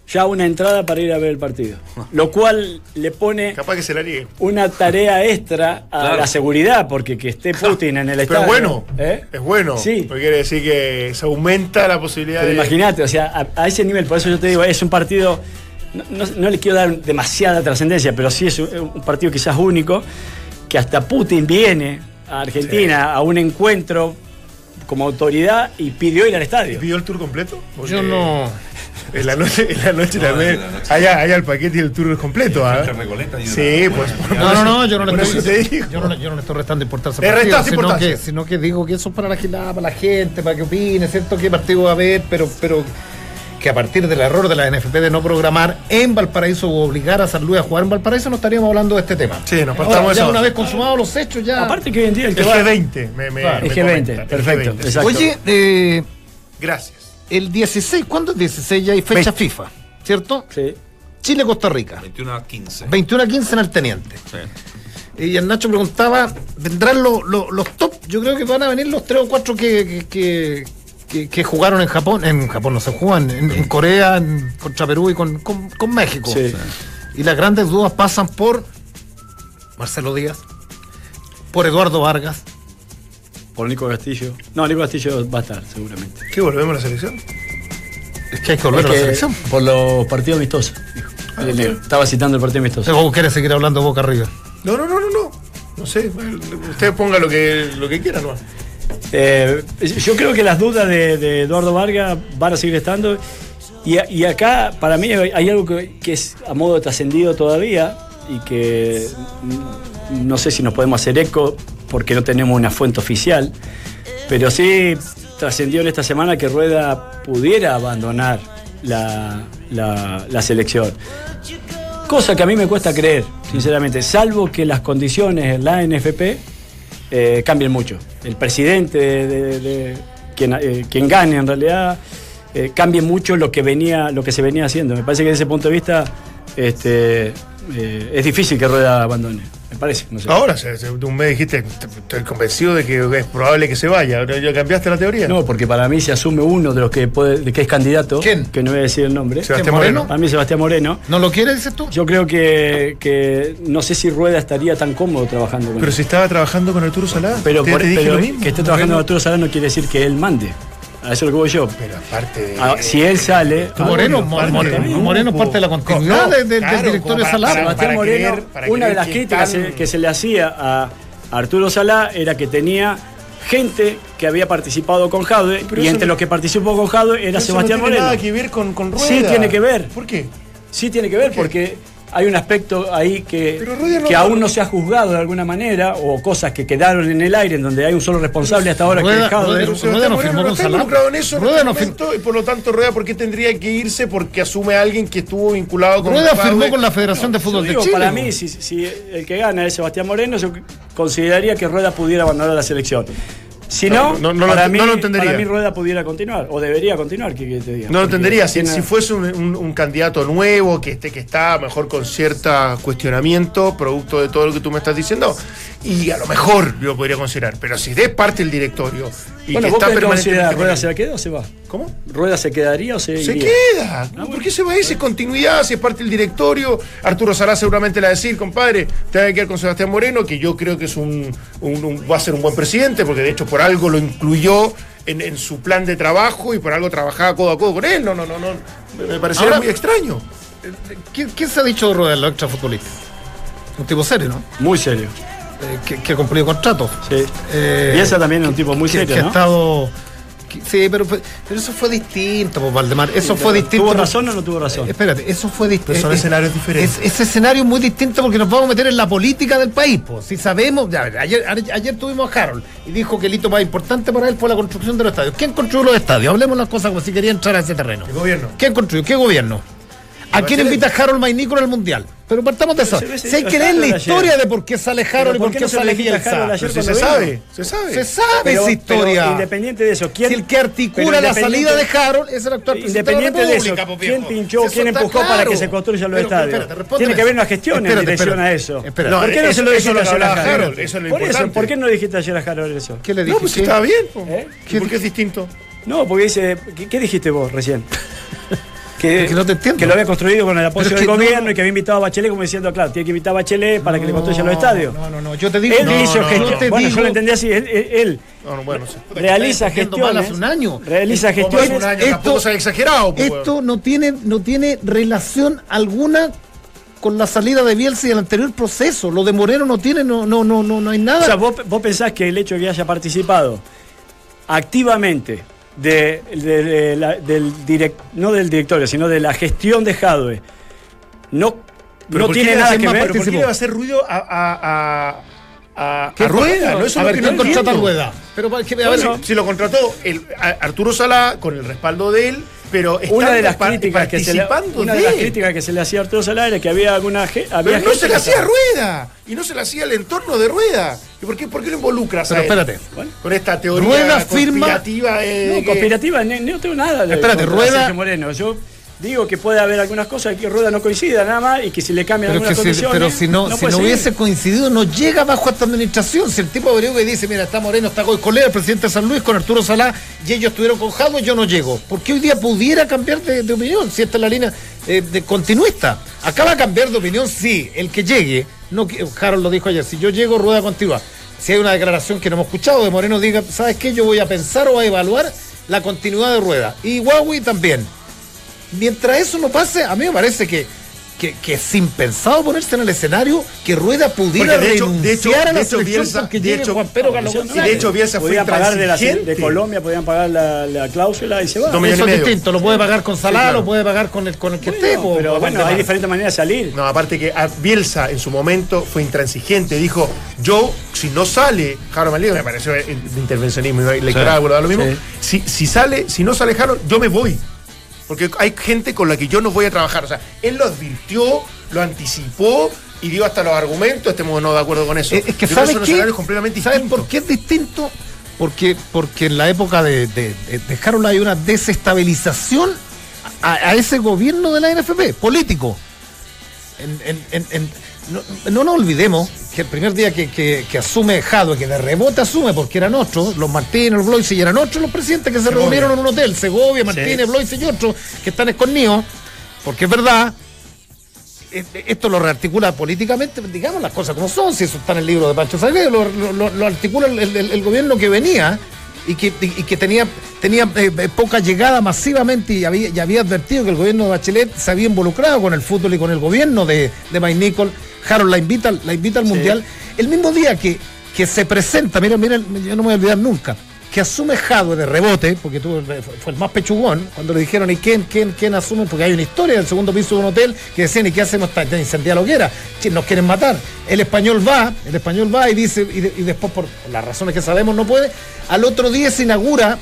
[SPEAKER 3] ya una entrada para ir a ver el partido. Lo cual le pone
[SPEAKER 2] Capaz que se la niegue.
[SPEAKER 3] una tarea extra a
[SPEAKER 5] Claro.
[SPEAKER 3] la seguridad, porque que esté Putin en el
[SPEAKER 2] Pero
[SPEAKER 3] estadio.
[SPEAKER 2] es bueno,
[SPEAKER 3] ¿eh?
[SPEAKER 2] es bueno.
[SPEAKER 3] Sí.
[SPEAKER 2] Porque quiere decir que se aumenta la posibilidad
[SPEAKER 3] Pero
[SPEAKER 2] de.
[SPEAKER 3] imagínate, o sea, a, a ese nivel, por eso yo te digo, es un partido. No, no- no le quiero dar demasiada trascendencia, pero sí es un, eh, un partido quizás único. Que hasta Putin viene a Argentina a un encuentro como autoridad y pidió ir al estadio.
[SPEAKER 2] ¿Pidió el tour completo? Porque
[SPEAKER 1] Yo no.
[SPEAKER 2] En la noche, en la noche
[SPEAKER 5] No,
[SPEAKER 2] también.
[SPEAKER 5] en la noche.
[SPEAKER 2] Allá, allá el paquete y el tour completo. ¿ah?
[SPEAKER 5] Entre Recoleta y una-
[SPEAKER 2] Sí, pues. por-
[SPEAKER 1] No, no, no, yo no
[SPEAKER 2] por
[SPEAKER 1] le
[SPEAKER 2] eso te digo.
[SPEAKER 1] estoy, yo no, le- yo no le estoy restando importancia.
[SPEAKER 2] Le
[SPEAKER 1] al partido,
[SPEAKER 2] restaste
[SPEAKER 1] sino
[SPEAKER 2] importancia.
[SPEAKER 1] Que, sino que digo que eso es para la gilada, para la gente, para que opine, ¿cierto? ¿Qué partido va a haber? Pero, pero que a partir del error de la NFP de no programar en Valparaíso o obligar a San Luis a jugar en Valparaíso, no estaríamos hablando de este tema.
[SPEAKER 2] Sí, nos
[SPEAKER 1] Ahora,
[SPEAKER 2] partamos de
[SPEAKER 1] ya
[SPEAKER 2] esa
[SPEAKER 1] una
[SPEAKER 2] base.
[SPEAKER 1] vez consumados los hechos, ya.
[SPEAKER 3] Aparte que hoy en día el que
[SPEAKER 2] El
[SPEAKER 3] va-
[SPEAKER 2] G20. Me, me,
[SPEAKER 1] Claro.
[SPEAKER 2] me
[SPEAKER 3] El G20,
[SPEAKER 2] comenta.
[SPEAKER 3] perfecto,
[SPEAKER 2] El
[SPEAKER 3] exacto.
[SPEAKER 1] Oye, eh,
[SPEAKER 2] Gracias.
[SPEAKER 1] el 16, ¿cuándo es 16? Ya hay fecha
[SPEAKER 2] Veinte.
[SPEAKER 1] FIFA, ¿cierto?
[SPEAKER 3] Sí.
[SPEAKER 1] Chile-Costa Rica.
[SPEAKER 5] 21 a 15.
[SPEAKER 1] 21 a 15 en el teniente. Y el Nacho preguntaba, ¿vendrán lo- lo- los top? Yo creo que van a venir los tres o cuatro que, que, que- que- que jugaron en Japón. En Japón no se juegan, en, en Corea, en- contra Perú y con, con- con México.
[SPEAKER 3] Sí.
[SPEAKER 1] Y las grandes dudas pasan por Marcelo Díaz, por Eduardo Vargas.
[SPEAKER 3] Por Nico Castillo. No, Nico Castillo va a estar, seguramente.
[SPEAKER 2] ¿Qué volvemos a la selección?
[SPEAKER 1] Es que hay que volver a la
[SPEAKER 3] Es que
[SPEAKER 1] selección. Ah,
[SPEAKER 3] Por los partidos amistosos. dijo. El negro. Estaba citando el partido amistoso.
[SPEAKER 1] ¿O quieres seguir hablando boca arriba?
[SPEAKER 2] No, no, no, no, no. No sé. Usted ponga lo que, lo que quiera, ¿no?
[SPEAKER 3] Eh, yo creo que las dudas de, de Eduardo Vargas van a seguir estando. Y, a- y acá, para mí, hay hay algo que, que es a modo de trascendido todavía y que mm, no sé si nos podemos hacer eco porque no tenemos una fuente oficial. Pero sí trascendió en esta semana que Rueda pudiera abandonar la, la- la selección. Cosa que a mí me cuesta creer, sinceramente, salvo que las condiciones en la NFP eh, cambien mucho. El presidente, de, de- de- quien, eh, quien gane en realidad, eh, cambie mucho lo que, venía, lo que se venía haciendo. Me parece que desde ese punto de vista este, eh, es difícil que Rueda abandone. Me parece, no sé.
[SPEAKER 2] Ahora, se- se- tú me dijiste, "Est- estoy convencido de que es probable que se vaya. Ahora ¿Ya cambiaste la teoría?
[SPEAKER 3] No, porque para mí se asume uno de los que, puede, de que es candidato,
[SPEAKER 1] ¿Quién?
[SPEAKER 3] que no voy a decir el nombre.
[SPEAKER 2] Sebastián
[SPEAKER 1] Moreno?
[SPEAKER 2] Moreno.
[SPEAKER 3] Para mí Sebastián Moreno.
[SPEAKER 1] ¿No lo quieres, dices tú?
[SPEAKER 3] Yo creo que, que no sé si Rueda estaría tan cómodo trabajando con
[SPEAKER 2] Pero
[SPEAKER 3] él.
[SPEAKER 2] si estaba trabajando con Arturo Salá,
[SPEAKER 3] pero
[SPEAKER 2] te,
[SPEAKER 3] por-
[SPEAKER 2] te dije
[SPEAKER 3] pero
[SPEAKER 2] lo mismo.
[SPEAKER 3] que esté trabajando con
[SPEAKER 2] Moreno.
[SPEAKER 3] Arturo Sala no quiere decir que él mande. A eso es lo que voy yo.
[SPEAKER 2] Pero aparte de.
[SPEAKER 3] Ah, si él sale. ah,
[SPEAKER 1] Que Moreno, Moreno,
[SPEAKER 2] del
[SPEAKER 1] Moreno,
[SPEAKER 2] grupo.
[SPEAKER 1] parte de la continuidad
[SPEAKER 2] No,
[SPEAKER 1] del- del,
[SPEAKER 2] claro,
[SPEAKER 1] directorio
[SPEAKER 2] como
[SPEAKER 1] Salar.
[SPEAKER 2] para-
[SPEAKER 3] Sebastián Moreno,
[SPEAKER 2] creer- para
[SPEAKER 3] una de
[SPEAKER 2] creer
[SPEAKER 3] las
[SPEAKER 2] que
[SPEAKER 3] críticas
[SPEAKER 2] están-
[SPEAKER 3] se- que se le hacía a Arturo Salá era que tenía gente que había participado con Jadwe
[SPEAKER 2] Pero
[SPEAKER 3] y
[SPEAKER 2] eso
[SPEAKER 3] entre
[SPEAKER 2] no-
[SPEAKER 3] los que participó con Jadwe era
[SPEAKER 2] Pero eso
[SPEAKER 3] Sebastián
[SPEAKER 2] no tiene
[SPEAKER 3] Moreno.
[SPEAKER 2] nada que ver con, con Rueda.
[SPEAKER 3] Sí, tiene que ver.
[SPEAKER 2] ¿Por qué?
[SPEAKER 3] Sí tiene que ver
[SPEAKER 2] ¿Por
[SPEAKER 3] porque hay un aspecto ahí que,
[SPEAKER 2] Pero Rueda no-
[SPEAKER 3] que aún no se ha juzgado de alguna manera o cosas que quedaron en el aire en donde hay un solo responsable hasta ahora que
[SPEAKER 1] Rueda-
[SPEAKER 3] es Jadwe.
[SPEAKER 1] Rueda-
[SPEAKER 2] Sebastián
[SPEAKER 1] Rueda no
[SPEAKER 2] Moreno
[SPEAKER 1] firmó
[SPEAKER 2] no
[SPEAKER 1] con
[SPEAKER 2] está
[SPEAKER 1] Salah.
[SPEAKER 2] involucrado en eso en
[SPEAKER 1] Rueda
[SPEAKER 2] este
[SPEAKER 1] no fir-
[SPEAKER 2] momento, y por lo tanto Rueda por qué tendría que irse porque asume a alguien que estuvo vinculado con
[SPEAKER 1] Rueda
[SPEAKER 2] Jadwe?
[SPEAKER 1] firmó con la Federación de Fútbol
[SPEAKER 3] Yo
[SPEAKER 1] de
[SPEAKER 3] digo,
[SPEAKER 1] Chile.
[SPEAKER 3] Para
[SPEAKER 1] güey.
[SPEAKER 3] mí, si, si el que gana es Sebastián Moreno, yo consideraría que Rueda pudiera abandonar la selección. Si
[SPEAKER 2] No, no,
[SPEAKER 3] no,
[SPEAKER 2] no lo
[SPEAKER 3] para
[SPEAKER 2] ent-
[SPEAKER 3] mí,
[SPEAKER 2] no lo entendería.
[SPEAKER 3] para mí Rueda pudiera continuar, o debería continuar, que, que te diga.
[SPEAKER 2] No lo
[SPEAKER 3] Porque
[SPEAKER 2] entendería. Si,
[SPEAKER 3] tiene-
[SPEAKER 2] si fuese un, un- un candidato nuevo, que, esté, que está a lo mejor con cierto cuestionamiento, producto de todo lo que tú me estás diciendo, y a lo mejor yo podría considerar. Pero si es parte del directorio y
[SPEAKER 3] bueno,
[SPEAKER 2] que
[SPEAKER 3] vos
[SPEAKER 2] está
[SPEAKER 3] tenés que
[SPEAKER 2] permanentemente.
[SPEAKER 3] considerar,
[SPEAKER 2] con
[SPEAKER 3] ¿Rueda
[SPEAKER 2] él,
[SPEAKER 3] se la queda o se va?
[SPEAKER 2] ¿Cómo?
[SPEAKER 3] ¿Rueda se quedaría o se
[SPEAKER 2] Se
[SPEAKER 3] iría?
[SPEAKER 2] queda. ¿Por qué se va a ir? Si es continuidad, si es parte del directorio. Arturo Salá seguramente le va a decir, compadre, te vas a quedar con Sebastián Moreno, que yo creo que es un, un- un- va a ser un buen presidente, porque de hecho por algo lo incluyó en, en su plan de trabajo y por algo trabajaba codo a codo con él. No, no, no, no. Me, me pareció
[SPEAKER 1] Ahora-
[SPEAKER 2] muy extraño.
[SPEAKER 1] ¿Qué, qué se ha dicho de Rueda, el extrafutbolista? Un tipo serio, ¿no?
[SPEAKER 3] Muy serio.
[SPEAKER 1] Eh, que, que ha cumplido contratos.
[SPEAKER 3] Sí.
[SPEAKER 1] Eh,
[SPEAKER 3] y esa también es un tipo muy
[SPEAKER 1] que,
[SPEAKER 3] serio,
[SPEAKER 1] que ha
[SPEAKER 3] ¿no?
[SPEAKER 1] estado. que- sí, pero, fue- pero eso fue distinto, pues, Valdemar. Eso fue distinto.
[SPEAKER 3] ¿Tuvo razón o no Eh, tuvo razón?
[SPEAKER 1] Eh, Espérate, eso fue distinto.
[SPEAKER 2] Pero son escenarios diferentes.
[SPEAKER 1] ese escenario es muy distinto porque nos vamos a meter en la política del país. po. Si sabemos, ya, ayer, a- ayer tuvimos a Harold y dijo que el hito más importante para él fue la construcción de los estadios. ¿Quién construyó los estadios? Hablemos las cosas como si quería entrar a ese terreno.
[SPEAKER 2] El gobierno.
[SPEAKER 1] ¿Quién construyó? ¿Qué gobierno? ¿A quién
[SPEAKER 2] Bachelet.
[SPEAKER 1] invita Harold Mainícola al Mundial? Pero partamos de eso.
[SPEAKER 3] se ve- se
[SPEAKER 1] Si hay
[SPEAKER 3] ve
[SPEAKER 1] que leer la
[SPEAKER 3] Harold ayer.
[SPEAKER 1] historia de por qué sale Harold y
[SPEAKER 3] ¿por
[SPEAKER 1] por
[SPEAKER 3] qué
[SPEAKER 1] qué,
[SPEAKER 3] no se le
[SPEAKER 1] sale
[SPEAKER 3] invita a Harold
[SPEAKER 1] Villalzá.
[SPEAKER 3] ayer?
[SPEAKER 2] Pero si se
[SPEAKER 3] cuando
[SPEAKER 2] sabe,
[SPEAKER 3] vino.
[SPEAKER 2] se sabe.
[SPEAKER 1] Se sabe esa
[SPEAKER 3] Pero- pero
[SPEAKER 1] historia.
[SPEAKER 3] independiente de eso, ¿quién,
[SPEAKER 1] Si el que articula
[SPEAKER 3] pero
[SPEAKER 1] la
[SPEAKER 3] independiente-
[SPEAKER 1] salida de Harold es el actual presidente de la
[SPEAKER 3] Independiente de eso,
[SPEAKER 1] República, po,
[SPEAKER 3] ¿quién
[SPEAKER 1] viejo.
[SPEAKER 3] pinchó,
[SPEAKER 1] Eso
[SPEAKER 3] quién
[SPEAKER 1] está
[SPEAKER 3] empujó para
[SPEAKER 1] claro.
[SPEAKER 3] que se construyan los
[SPEAKER 1] Pero,
[SPEAKER 3] estadios?
[SPEAKER 1] espérate, respóndeme
[SPEAKER 3] Tiene que haber una
[SPEAKER 1] eso.
[SPEAKER 3] gestión en
[SPEAKER 1] Espérate,
[SPEAKER 3] dirección
[SPEAKER 1] espérate.
[SPEAKER 3] a eso.
[SPEAKER 1] Espérate.
[SPEAKER 2] No,
[SPEAKER 3] ¿Por qué no
[SPEAKER 2] eso-
[SPEAKER 3] se lo
[SPEAKER 2] eso es lo
[SPEAKER 3] dijiste
[SPEAKER 2] que
[SPEAKER 3] ayer a
[SPEAKER 2] hablaba
[SPEAKER 3] Harold?
[SPEAKER 2] Harold, eso es lo
[SPEAKER 3] Por eso,
[SPEAKER 2] importante.
[SPEAKER 3] ¿por qué no dijiste ayer a Harold eso?
[SPEAKER 1] ¿Qué le
[SPEAKER 2] No,
[SPEAKER 1] dije?
[SPEAKER 2] pues
[SPEAKER 1] ¿Qué?
[SPEAKER 2] estaba bien. po.
[SPEAKER 3] ¿Eh?
[SPEAKER 2] ¿Y ¿Por qué es distinto?
[SPEAKER 3] No, porque dice, ¿qué, qué dijiste vos recién? Que,
[SPEAKER 1] Es que no te entiendo.
[SPEAKER 3] que lo había construido con el apoyo
[SPEAKER 1] Pero es
[SPEAKER 3] del
[SPEAKER 1] que
[SPEAKER 3] gobierno
[SPEAKER 1] no-
[SPEAKER 3] y que había invitado a Bachelet como diciendo, claro, tiene que invitar a Bachelet para que le construyan los estadios.
[SPEAKER 1] No, no, no. Yo te digo.
[SPEAKER 3] Él
[SPEAKER 1] no,
[SPEAKER 3] hizo
[SPEAKER 1] no,
[SPEAKER 3] gestión.
[SPEAKER 1] yo te
[SPEAKER 3] bueno, yo
[SPEAKER 1] digo-
[SPEAKER 3] lo entendí así. Él, él- él
[SPEAKER 2] No, no, bueno, no sé. Puta,
[SPEAKER 3] realiza
[SPEAKER 1] entendiendo mal
[SPEAKER 3] gestiones.
[SPEAKER 1] hace un año.
[SPEAKER 3] Realiza
[SPEAKER 2] que- ¿Cómo hace
[SPEAKER 3] gestiones.
[SPEAKER 2] un año?
[SPEAKER 1] esto-
[SPEAKER 2] Tampoco se ha exagerado. po, weón.
[SPEAKER 1] Esto no tiene, no tiene relación alguna con la salida de Bielsa y el anterior proceso. Lo de Moreno no tiene, no, no, no, no, no hay nada.
[SPEAKER 3] O sea, vos, vos pensás que el hecho de que haya participado activamente de, de- de la- del direct, no del directorio, sino de la gestión de Jadwe, no,
[SPEAKER 2] Pero
[SPEAKER 3] no
[SPEAKER 2] ¿por qué
[SPEAKER 3] tiene
[SPEAKER 2] le
[SPEAKER 3] nada
[SPEAKER 2] hacen
[SPEAKER 3] que
[SPEAKER 2] más-
[SPEAKER 3] ver.
[SPEAKER 2] pero ¿Por qué
[SPEAKER 3] participó.
[SPEAKER 2] le va a hacer ruido a, a, a, a,
[SPEAKER 1] ¿Qué
[SPEAKER 2] a Rueda?
[SPEAKER 1] contrata?
[SPEAKER 2] ¿no? Eso
[SPEAKER 1] a
[SPEAKER 2] es lo
[SPEAKER 1] ver,
[SPEAKER 2] que no
[SPEAKER 1] ¿quién contrata a
[SPEAKER 2] entiendo.
[SPEAKER 1] Rueda? Pero, para que- a ver,
[SPEAKER 2] Bueno, si lo contrató el, a- Arturo Salá con el respaldo de él, pero está
[SPEAKER 3] una de las críticas que se le,
[SPEAKER 2] participando
[SPEAKER 3] una
[SPEAKER 2] de,
[SPEAKER 3] de las
[SPEAKER 2] él.
[SPEAKER 3] críticas que se le hacía a Arturo Salah era que había alguna ge- había
[SPEAKER 2] Pero no
[SPEAKER 3] gente
[SPEAKER 2] se
[SPEAKER 3] que
[SPEAKER 2] le hacía a
[SPEAKER 3] estaba-
[SPEAKER 2] Rueda y no se le hacía el entorno de Rueda. ¿Y por qué, por qué lo involucras? a
[SPEAKER 1] Pero
[SPEAKER 2] él?
[SPEAKER 1] espérate.
[SPEAKER 2] Con esta teoría
[SPEAKER 1] Rueda firma-
[SPEAKER 2] conspirativa eh, de
[SPEAKER 3] No,
[SPEAKER 2] que-
[SPEAKER 3] conspirativa, ni- no tengo nada. de-
[SPEAKER 1] Espérate,
[SPEAKER 3] contra
[SPEAKER 1] Rueda-
[SPEAKER 3] Sergio Moreno. Yo digo que puede haber algunas cosas que Rueda no coincida nada más y que si le cambian
[SPEAKER 1] Pero, es
[SPEAKER 3] algunas
[SPEAKER 1] que si,
[SPEAKER 3] condiciones.
[SPEAKER 1] pero si no, si
[SPEAKER 3] puede
[SPEAKER 1] no
[SPEAKER 3] seguir.
[SPEAKER 1] hubiese coincidido, no llega bajo esta administración. Si el tipo averigua y dice, mira, está Moreno, está Goicolea, el presidente de San Luis, con Arturo Salá, y ellos estuvieron con Jado, yo no llego. Porque hoy día pudiera cambiar de, de opinión, si esta es la línea eh, de continuista. Acá va a cambiar de opinión, sí, el que llegue. No, que- Harold lo dijo ayer, si yo llego, rueda continua. Si hay una declaración que no hemos escuchado de Moreno, diga, ¿sabes qué? Yo voy a pensar o a evaluar la continuidad de rueda. Y Huawei también mientras eso no pase, a mí me parece que, que, que es impensado ponerse en el escenario que Rueda pudiera
[SPEAKER 2] Porque de hecho- de hecho-
[SPEAKER 1] renunciar a la
[SPEAKER 2] de hecho
[SPEAKER 1] selección
[SPEAKER 2] Bielsa-
[SPEAKER 1] porque
[SPEAKER 2] de
[SPEAKER 1] llegue
[SPEAKER 2] hecho-
[SPEAKER 1] Juan Pedro Carlos
[SPEAKER 3] Yo no
[SPEAKER 2] Y
[SPEAKER 1] González.
[SPEAKER 2] de hecho Bielsa fue
[SPEAKER 3] podían pagar de, la-
[SPEAKER 2] intransigente.
[SPEAKER 3] de Colombia, podían pagar la, la cláusula y se va.
[SPEAKER 2] No me-
[SPEAKER 1] eso
[SPEAKER 2] millones y
[SPEAKER 1] es
[SPEAKER 2] medio.
[SPEAKER 1] distinto, lo puede pagar con Salah,
[SPEAKER 2] claro.
[SPEAKER 1] lo puede pagar con el, con el que
[SPEAKER 3] Bueno,
[SPEAKER 1] esté. pues, po,
[SPEAKER 3] pero
[SPEAKER 1] po,
[SPEAKER 3] bueno, hay
[SPEAKER 1] Valdemar.
[SPEAKER 3] diferentes maneras de salir.
[SPEAKER 2] No, aparte que a- Bielsa en su momento fue intransigente, dijo, yo, si no sale Harold Malido, me pareció eh, de intervencionismo y electoral, bueno, da lo mismo, si, si sale, si no sale Harold, yo me voy. Porque hay gente con la que yo no voy a trabajar. O sea, él lo advirtió, lo anticipó y dio hasta los argumentos, estemos o no de acuerdo con eso.
[SPEAKER 1] Eh, Es que
[SPEAKER 2] Yo creo
[SPEAKER 1] sabes
[SPEAKER 2] son
[SPEAKER 1] qué?
[SPEAKER 2] escenarios completamente
[SPEAKER 1] ¿Sabes
[SPEAKER 2] distintos.
[SPEAKER 1] por qué es distinto? Porque, porque en la época de, de, de- de Harold hay una desestabilización a, a ese gobierno de la NFP, político. En- en- en- en- no, no nos olvidemos que el primer día que, que- que asume Jadwe, que de rebote asume, porque eran otros, los Martínez, los Blois y eran otros los presidentes que se
[SPEAKER 2] Segovia.
[SPEAKER 1] reunieron en un hotel, Segovia, Martínez, Blois y otros, que están escondidos, porque es verdad, este, esto lo rearticula políticamente, digamos las cosas como son, si eso está en el libro de Pancho Salguero, lo, lo- lo- lo articula el, el- el gobierno que venía y que, y- y que tenía, tenía eh, eh, poca llegada masivamente y había, y había advertido que el gobierno de Bachelet se había involucrado con el fútbol y con el gobierno de, de Mike Nichol. Harold la invita, al- la invita al Mundial. El mismo día que, que se presenta, mira, mira, yo no me voy a olvidar nunca, que asume Jadwe de rebote, porque tuvo- fue fue el más pechugón, cuando le dijeron, ¿y quién, quién, quién asume? Porque hay una historia del segundo piso de un hotel que decían, ¿y qué hacemos? Está está incendiada la hoguera, Che, nos quieren matar. El español va, el español va y dice, y, de- y después por las razones que sabemos no puede, al otro día se inaugura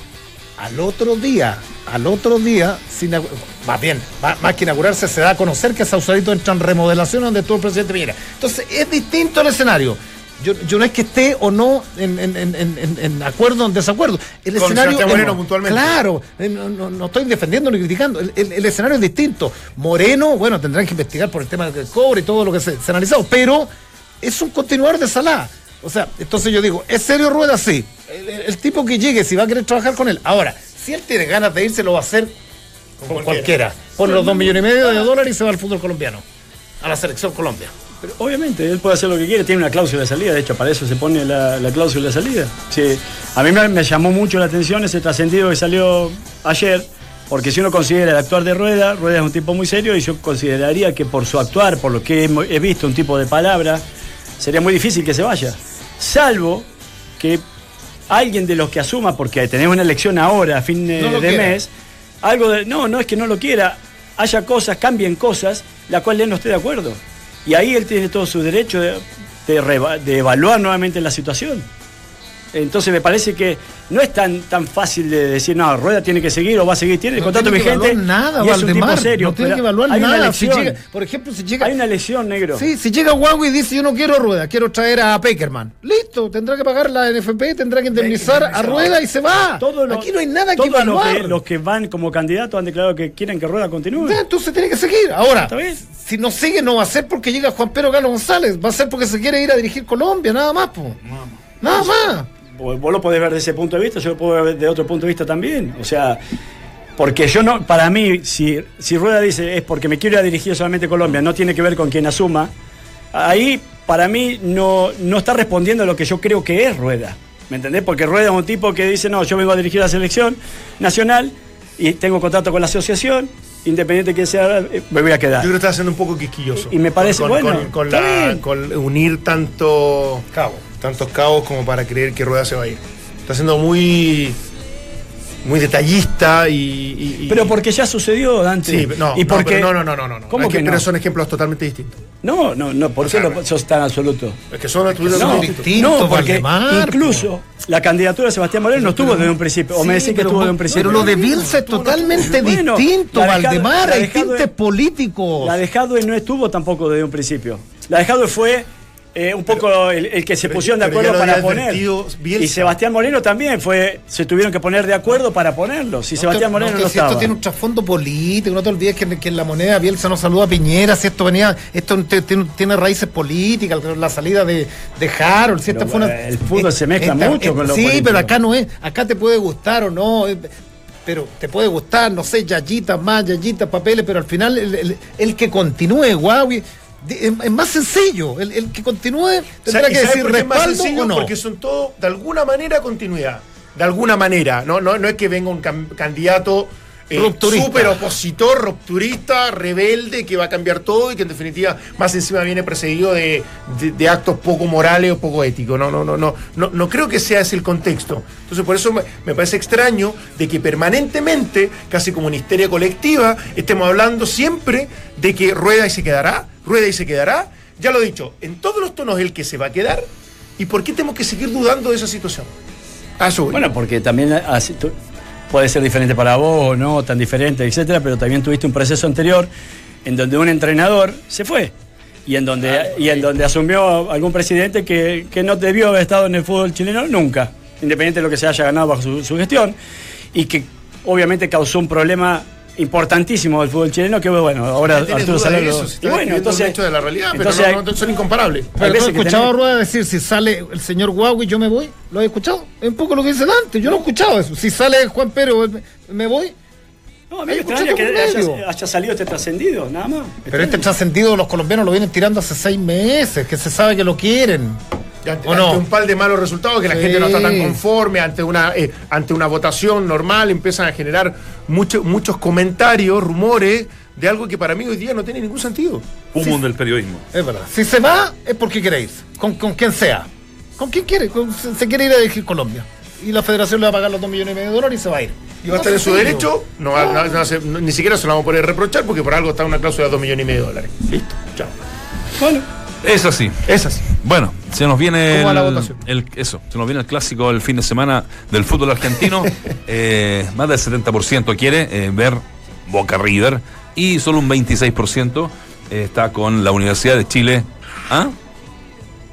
[SPEAKER 1] al otro día, al otro día, sin inagu- más bien, ma- más que inaugurarse, se da a conocer que Sausalito entra en remodelación donde estuvo el presidente Piñera. Entonces, es distinto el escenario. Yo, yo no es que esté o no en, en- en- en- en acuerdo o en desacuerdo. El
[SPEAKER 2] Con
[SPEAKER 1] escenario.
[SPEAKER 2] Sebastián
[SPEAKER 1] es-
[SPEAKER 2] Moreno puntualmente.
[SPEAKER 1] Claro, eh, no, no- no estoy defendiendo ni criticando. El, el- el escenario es distinto. Moreno, bueno, tendrán que investigar por el tema del cobre y todo lo que se, se ha analizado, pero es un continuador de Salah. O sea, entonces yo digo, ¿es serio Rueda? Sí. El, el- el tipo que llegue, si va a querer trabajar con él. Ahora, si él tiene ganas de irse, lo va a hacer con cualquiera. Pone los dos millones y medio de dólares y se va al fútbol colombiano, a la selección Colombia.
[SPEAKER 3] Pero obviamente, él puede hacer lo que quiere, tiene una cláusula de salida, de hecho, para eso se pone la, la cláusula de salida. Sí. A mí me, me llamó mucho la atención ese trascendido que salió ayer, porque si uno considera el actuar de Rueda, Rueda es un tipo muy serio y yo consideraría que por su actuar, por lo que hemo- he visto, un tipo de palabra, sería muy difícil que se vaya. Salvo que alguien de los que asuma, porque tenemos una elección ahora, a fin eh,
[SPEAKER 6] No lo
[SPEAKER 3] de
[SPEAKER 6] quiera.
[SPEAKER 3] mes, algo de, no, no es que no lo quiera, haya cosas, cambien cosas, la cual él no esté de acuerdo. Y ahí él tiene todo su derecho de, de reva- de evaluar nuevamente la situación. Entonces me parece que no es tan, tan fácil de decir, no, Rueda tiene que seguir o va a seguir, tiene el contrato
[SPEAKER 1] tiene que
[SPEAKER 3] vigente.
[SPEAKER 1] evaluar nada,
[SPEAKER 3] y es un tipo
[SPEAKER 1] Valdemar,
[SPEAKER 3] serio.
[SPEAKER 1] no tiene
[SPEAKER 3] pero
[SPEAKER 1] que evaluar
[SPEAKER 3] hay Una
[SPEAKER 1] nada, si
[SPEAKER 3] elección,
[SPEAKER 1] llega- por ejemplo, si llega.
[SPEAKER 3] Hay una elección, negro.
[SPEAKER 1] Sí, si llega Huawei y dice yo no quiero a Rueda, quiero traer a Peckerman. Listo, tendrá que pagar la NFP, tendrá que indemnizar a Rueda y se va.
[SPEAKER 3] Todo lo-
[SPEAKER 1] Aquí no hay nada que
[SPEAKER 3] Todos los
[SPEAKER 1] evaluar.
[SPEAKER 3] que, los que van como candidatos han declarado que quieren que Rueda continúe.
[SPEAKER 1] Ya, Entonces tiene que seguir. Ahora,
[SPEAKER 3] Está bien.
[SPEAKER 1] si no sigue no va a ser porque llega Juan Pedro Galo González, va a ser porque se quiere ir a dirigir Colombia, nada más, po. Nada más.
[SPEAKER 3] Vos vos lo podés ver desde ese punto de vista, yo lo puedo ver de otro punto de vista también. O sea, porque yo no, para mí, si, si Rueda dice es porque me quiero ir a dirigir solamente a Colombia, no tiene que ver con quien asuma, ahí para mí no, no está respondiendo a lo que yo creo que es Rueda. ¿Me entendés? Porque Rueda es un tipo que dice, no, yo vengo a dirigir la selección nacional y tengo contrato con la asociación, independiente de quién sea, eh, me voy a
[SPEAKER 2] Yo
[SPEAKER 3] quedar.
[SPEAKER 2] creo que está siendo un poco quisquilloso.
[SPEAKER 3] Y me parece
[SPEAKER 2] con,
[SPEAKER 3] bueno,
[SPEAKER 2] Con, con
[SPEAKER 3] está
[SPEAKER 2] la-
[SPEAKER 3] bien.
[SPEAKER 2] con unir tanto cabo, tantos cabos como para creer que Rueda se va a ir. Está siendo muy. muy detallista y. y- y-
[SPEAKER 3] Pero porque ya sucedió, Dante.
[SPEAKER 2] Sí, no,
[SPEAKER 3] y
[SPEAKER 2] no,
[SPEAKER 3] porque...
[SPEAKER 2] pero no, no, no, no, no.
[SPEAKER 3] ¿Cómo
[SPEAKER 2] Hay
[SPEAKER 3] que no?
[SPEAKER 2] Pero son ejemplos totalmente distintos.
[SPEAKER 3] No, no, no, ¿por qué lo sos tan absoluto?
[SPEAKER 2] Es que son
[SPEAKER 3] No,
[SPEAKER 2] estuvieron distintos.
[SPEAKER 3] no, porque incluso la candidatura de Sebastián Moreno no estuvo desde un principio. O me decís que estuvo desde un principio.
[SPEAKER 1] Pero lo de Bielsa es totalmente
[SPEAKER 3] Bueno,
[SPEAKER 1] distinto,
[SPEAKER 3] la dejado-
[SPEAKER 1] Valdemar.
[SPEAKER 3] la
[SPEAKER 1] Hay
[SPEAKER 3] dejado-
[SPEAKER 1] tintes políticos.
[SPEAKER 3] La de Jadwe no estuvo tampoco desde un principio. La de Jadwe fue eh, un poco el, el que se pusieron de
[SPEAKER 2] pero ya
[SPEAKER 3] acuerdo
[SPEAKER 2] lo
[SPEAKER 3] para
[SPEAKER 2] había
[SPEAKER 3] poner.
[SPEAKER 2] advertido Bielsa.
[SPEAKER 3] Y Sebastián Moreno también fue, se tuvieron que poner de acuerdo para ponerlo. Si Sebastián Moreno no,
[SPEAKER 1] que si
[SPEAKER 3] estaba.
[SPEAKER 1] esto tiene un trasfondo político, no te olvides que, en- que en la moneda Bielsa no saluda a Piñera, si esto venía, esto te- tiene, tiene raíces políticas, la salida de, de Harold, si esta
[SPEAKER 3] Pero,
[SPEAKER 1] fue una-
[SPEAKER 3] eh, el fútbol se mezcla mucho con lo
[SPEAKER 1] Sí,
[SPEAKER 3] político.
[SPEAKER 1] pero acá no es, acá te puede gustar o no, eh, pero te puede gustar, no sé, yayitas más, yayitas, papeles, pero al final el, el- el que continúe, Huawei, di- es, es más sencillo, el, el que continúe tendrá
[SPEAKER 2] ¿Sabe-
[SPEAKER 1] que
[SPEAKER 2] y sabe
[SPEAKER 1] decir
[SPEAKER 2] por qué es más
[SPEAKER 1] respaldo
[SPEAKER 2] sencillo?
[SPEAKER 1] o no.
[SPEAKER 2] Porque son todo, de alguna manera, continuidad. De alguna manera. No, no, no es que venga un cam- candidato eh,
[SPEAKER 1] Rupturista.
[SPEAKER 2] super opositor, rupturista, rebelde, que va a cambiar todo y que en definitiva más encima viene precedido de, de- de actos poco morales o poco éticos. No, no, no, no, no. No creo que sea ese el contexto. Entonces por eso me, me parece extraño de que permanentemente, casi como una histeria colectiva, estemos hablando siempre de que rueda y se quedará, rueda y se quedará. Ya lo he dicho, en todos los tonos el que se va a quedar. ¿Y por qué tenemos que seguir dudando de esa situación? A eso voy.
[SPEAKER 3] Bueno, porque también así tú- puede ser diferente para vos o no, tan diferente, etcétera, pero también tuviste un proceso anterior en donde un entrenador se fue y en donde, y en donde asumió algún presidente que, que no debió haber estado en el fútbol chileno nunca, independiente de lo que se haya ganado bajo su, su gestión, y que obviamente causó un problema importantísimo del fútbol chileno que bueno ahora
[SPEAKER 2] ¿Tienes
[SPEAKER 3] Arturo
[SPEAKER 2] duda de
[SPEAKER 3] Salero
[SPEAKER 2] eso? Si
[SPEAKER 3] y
[SPEAKER 2] estás describiendo
[SPEAKER 3] bueno
[SPEAKER 2] un
[SPEAKER 3] entonces
[SPEAKER 2] hecho de la realidad,
[SPEAKER 3] entonces
[SPEAKER 2] pero no,
[SPEAKER 3] hay-
[SPEAKER 2] no, son incomparables.
[SPEAKER 1] Pero
[SPEAKER 3] veces
[SPEAKER 1] tú has
[SPEAKER 3] que
[SPEAKER 1] escuchado a
[SPEAKER 3] tenés-
[SPEAKER 1] Rueda decir si sale el señor Huawei yo me voy. ¿Lo has escuchado? Es un poco lo que dice Dante. Yo no he escuchado eso. Si sale Juan Pedro me- me voy.
[SPEAKER 3] no, a mí me
[SPEAKER 1] Ahí
[SPEAKER 3] extraña que
[SPEAKER 1] escuchaste un medio.
[SPEAKER 3] haya, haya salido este trascendido nada más
[SPEAKER 1] Pero este trascendido los colombianos lo vienen tirando hace seis meses, que se sabe que lo quieren.
[SPEAKER 2] Y Ante,
[SPEAKER 1] ¿O no?
[SPEAKER 2] ante un par de malos resultados que la
[SPEAKER 1] Sí.
[SPEAKER 2] gente no está tan conforme, ante una, eh, ante una votación normal empiezan a generar mucho- muchos comentarios, rumores de algo que para mí hoy día no tiene ningún sentido.
[SPEAKER 5] Un mundo del periodismo.
[SPEAKER 1] Es verdad. Si se va, es porque queréis. Con, con quien sea. ¿Con quien quiere? Con- se, se quiere ir a dirigir Colombia. Y la federación le va a pagar los dos millones y medio de dólares y se va a ir.
[SPEAKER 2] Y va a estar en su derecho, no, va- no- no se- no- ni siquiera se lo vamos a poder reprochar porque por algo está una cláusula de 2 millones y medio de dólares. Listo, chao.
[SPEAKER 3] bueno
[SPEAKER 5] Es así.
[SPEAKER 2] Es así.
[SPEAKER 5] Bueno, se nos viene
[SPEAKER 2] ¿Cómo va
[SPEAKER 5] el,
[SPEAKER 2] la votación?
[SPEAKER 5] el- eso, se nos viene el clásico del fin de semana del fútbol argentino. Eh, más del 70% quiere eh, ver Boca River y eh, solo un 26% está con la Universidad de Chile. ¿Ah?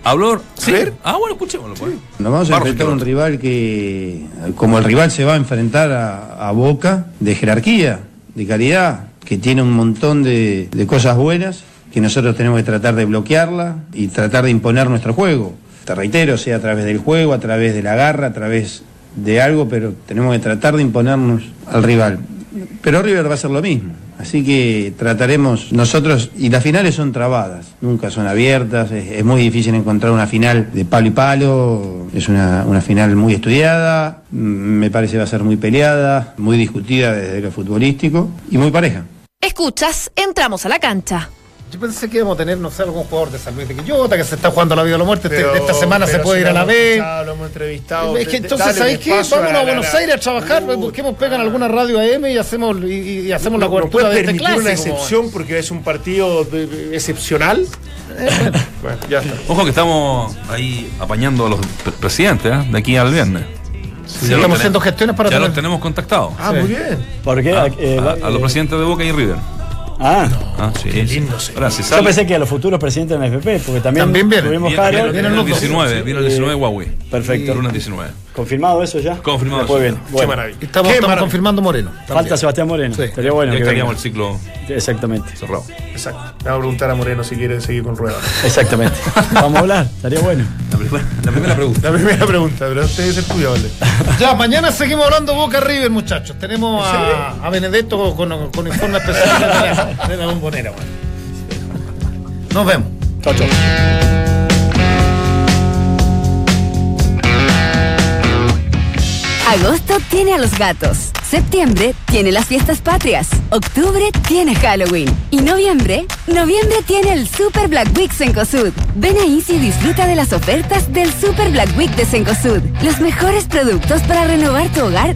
[SPEAKER 5] ¿Habló? ¿Sí? Ah, bueno, escuchémoslo. pues.
[SPEAKER 6] Nos vamos a
[SPEAKER 5] Barros
[SPEAKER 6] enfrentar a un
[SPEAKER 5] Quiroga.
[SPEAKER 6] rival que, como el rival se va a enfrentar a, a Boca, de jerarquía, de calidad, que tiene un montón de, de cosas buenas, que nosotros tenemos que tratar de bloquearla y tratar de imponer nuestro juego. Te reitero, sea a través del juego, a través de la garra, a través de algo, pero tenemos que tratar de imponernos al rival. Pero River va a ser lo mismo. Así que trataremos nosotros, y las finales son trabadas, nunca son abiertas, es, es muy difícil encontrar una final de palo y palo, es una, una final muy estudiada, mm, me parece va a ser muy peleada, muy discutida desde lo futbolístico y muy pareja.
[SPEAKER 7] Escuchas, entramos a la cancha.
[SPEAKER 1] Yo pensé que íbamos a tener, no sé, algún jugador de San Luis de Quillota que se está jugando la vida o la muerte. Este-
[SPEAKER 2] Pero-
[SPEAKER 1] esta semana se
[SPEAKER 2] pero
[SPEAKER 1] puede
[SPEAKER 2] si
[SPEAKER 1] ir a
[SPEAKER 2] lo
[SPEAKER 1] la
[SPEAKER 2] hemos
[SPEAKER 1] B.
[SPEAKER 2] escuchado, Lo hemos entrevistado.
[SPEAKER 1] Es que
[SPEAKER 2] de- de-
[SPEAKER 1] entonces,
[SPEAKER 2] dale
[SPEAKER 1] ¿sabéis
[SPEAKER 2] un
[SPEAKER 1] qué? Vamos
[SPEAKER 2] espacio la-
[SPEAKER 1] a
[SPEAKER 2] la-
[SPEAKER 1] Buenos
[SPEAKER 2] la-
[SPEAKER 1] Aires a trabajar, pues, busquemos pega en alguna radio AM y hacemos y, y- y hacemos la
[SPEAKER 2] No, no
[SPEAKER 1] cobertura
[SPEAKER 2] puede
[SPEAKER 1] de este
[SPEAKER 2] permitir
[SPEAKER 1] clásico.
[SPEAKER 2] una excepción porque es un partido de- de- excepcional.
[SPEAKER 1] Eh,
[SPEAKER 2] bueno, ya está.
[SPEAKER 5] Ojo que estamos ahí apañando a los pre- presidentes ¿eh? de aquí al viernes. Ya lo
[SPEAKER 1] estamos
[SPEAKER 5] tenemos-
[SPEAKER 1] haciendo gestiones para
[SPEAKER 5] Ya los
[SPEAKER 1] tener-
[SPEAKER 5] tenemos contactados.
[SPEAKER 2] Ah, muy bien.
[SPEAKER 3] ¿Por qué?
[SPEAKER 5] A,
[SPEAKER 3] Eh,
[SPEAKER 5] Ah, a-
[SPEAKER 3] va-
[SPEAKER 5] a los presidentes de Boca y River.
[SPEAKER 3] Ah,
[SPEAKER 5] Ah, sí.
[SPEAKER 2] lindo,
[SPEAKER 5] sí.
[SPEAKER 2] sí.
[SPEAKER 5] Ahora, si
[SPEAKER 3] yo
[SPEAKER 5] sale-
[SPEAKER 3] pensé que a los futuros presidentes de la FP, porque también,
[SPEAKER 1] También vienen.
[SPEAKER 3] tuvimos
[SPEAKER 5] Viene,
[SPEAKER 3] Harold.
[SPEAKER 5] viene- viene el 19, viene el 19
[SPEAKER 3] Eh,
[SPEAKER 5] Huawei.
[SPEAKER 3] perfecto.
[SPEAKER 5] Lunes 19.
[SPEAKER 3] Confirmado eso ya.
[SPEAKER 5] Confirmado
[SPEAKER 3] Después
[SPEAKER 5] eso.
[SPEAKER 3] viene. Bueno,
[SPEAKER 2] Qué maravilla.
[SPEAKER 1] Estamos,
[SPEAKER 2] Qué
[SPEAKER 1] estamos
[SPEAKER 2] maravilla.
[SPEAKER 1] confirmando Moreno.
[SPEAKER 3] falta Sebastián Moreno.
[SPEAKER 1] Sí.
[SPEAKER 3] Estaría bueno
[SPEAKER 5] ya
[SPEAKER 3] que venga.
[SPEAKER 5] estaríamos el ciclo
[SPEAKER 3] Exactamente.
[SPEAKER 5] cerrado.
[SPEAKER 2] Exacto. Le voy a preguntar a Moreno si quiere seguir con ruedas.
[SPEAKER 3] Exactamente. Vamos a hablar, estaría bueno.
[SPEAKER 5] La primera, la primera pregunta.
[SPEAKER 2] La primera pregunta, pero usted es el tuyo, vale.
[SPEAKER 1] Ya, mañana seguimos hablando Boca River, muchachos. Tenemos a, a Benedetto con, con informe especial de la- de la bombonera. bueno. Nos vemos.
[SPEAKER 3] Chau, chau.
[SPEAKER 10] Agosto tiene a los gatos. Septiembre tiene las fiestas patrias. Octubre tiene Halloween. Y noviembre, noviembre tiene el Super Black Week Sencosud. Ven a Easy y disfruta de las ofertas del Super Black Week de Sencosud. Los mejores productos para renovar tu hogar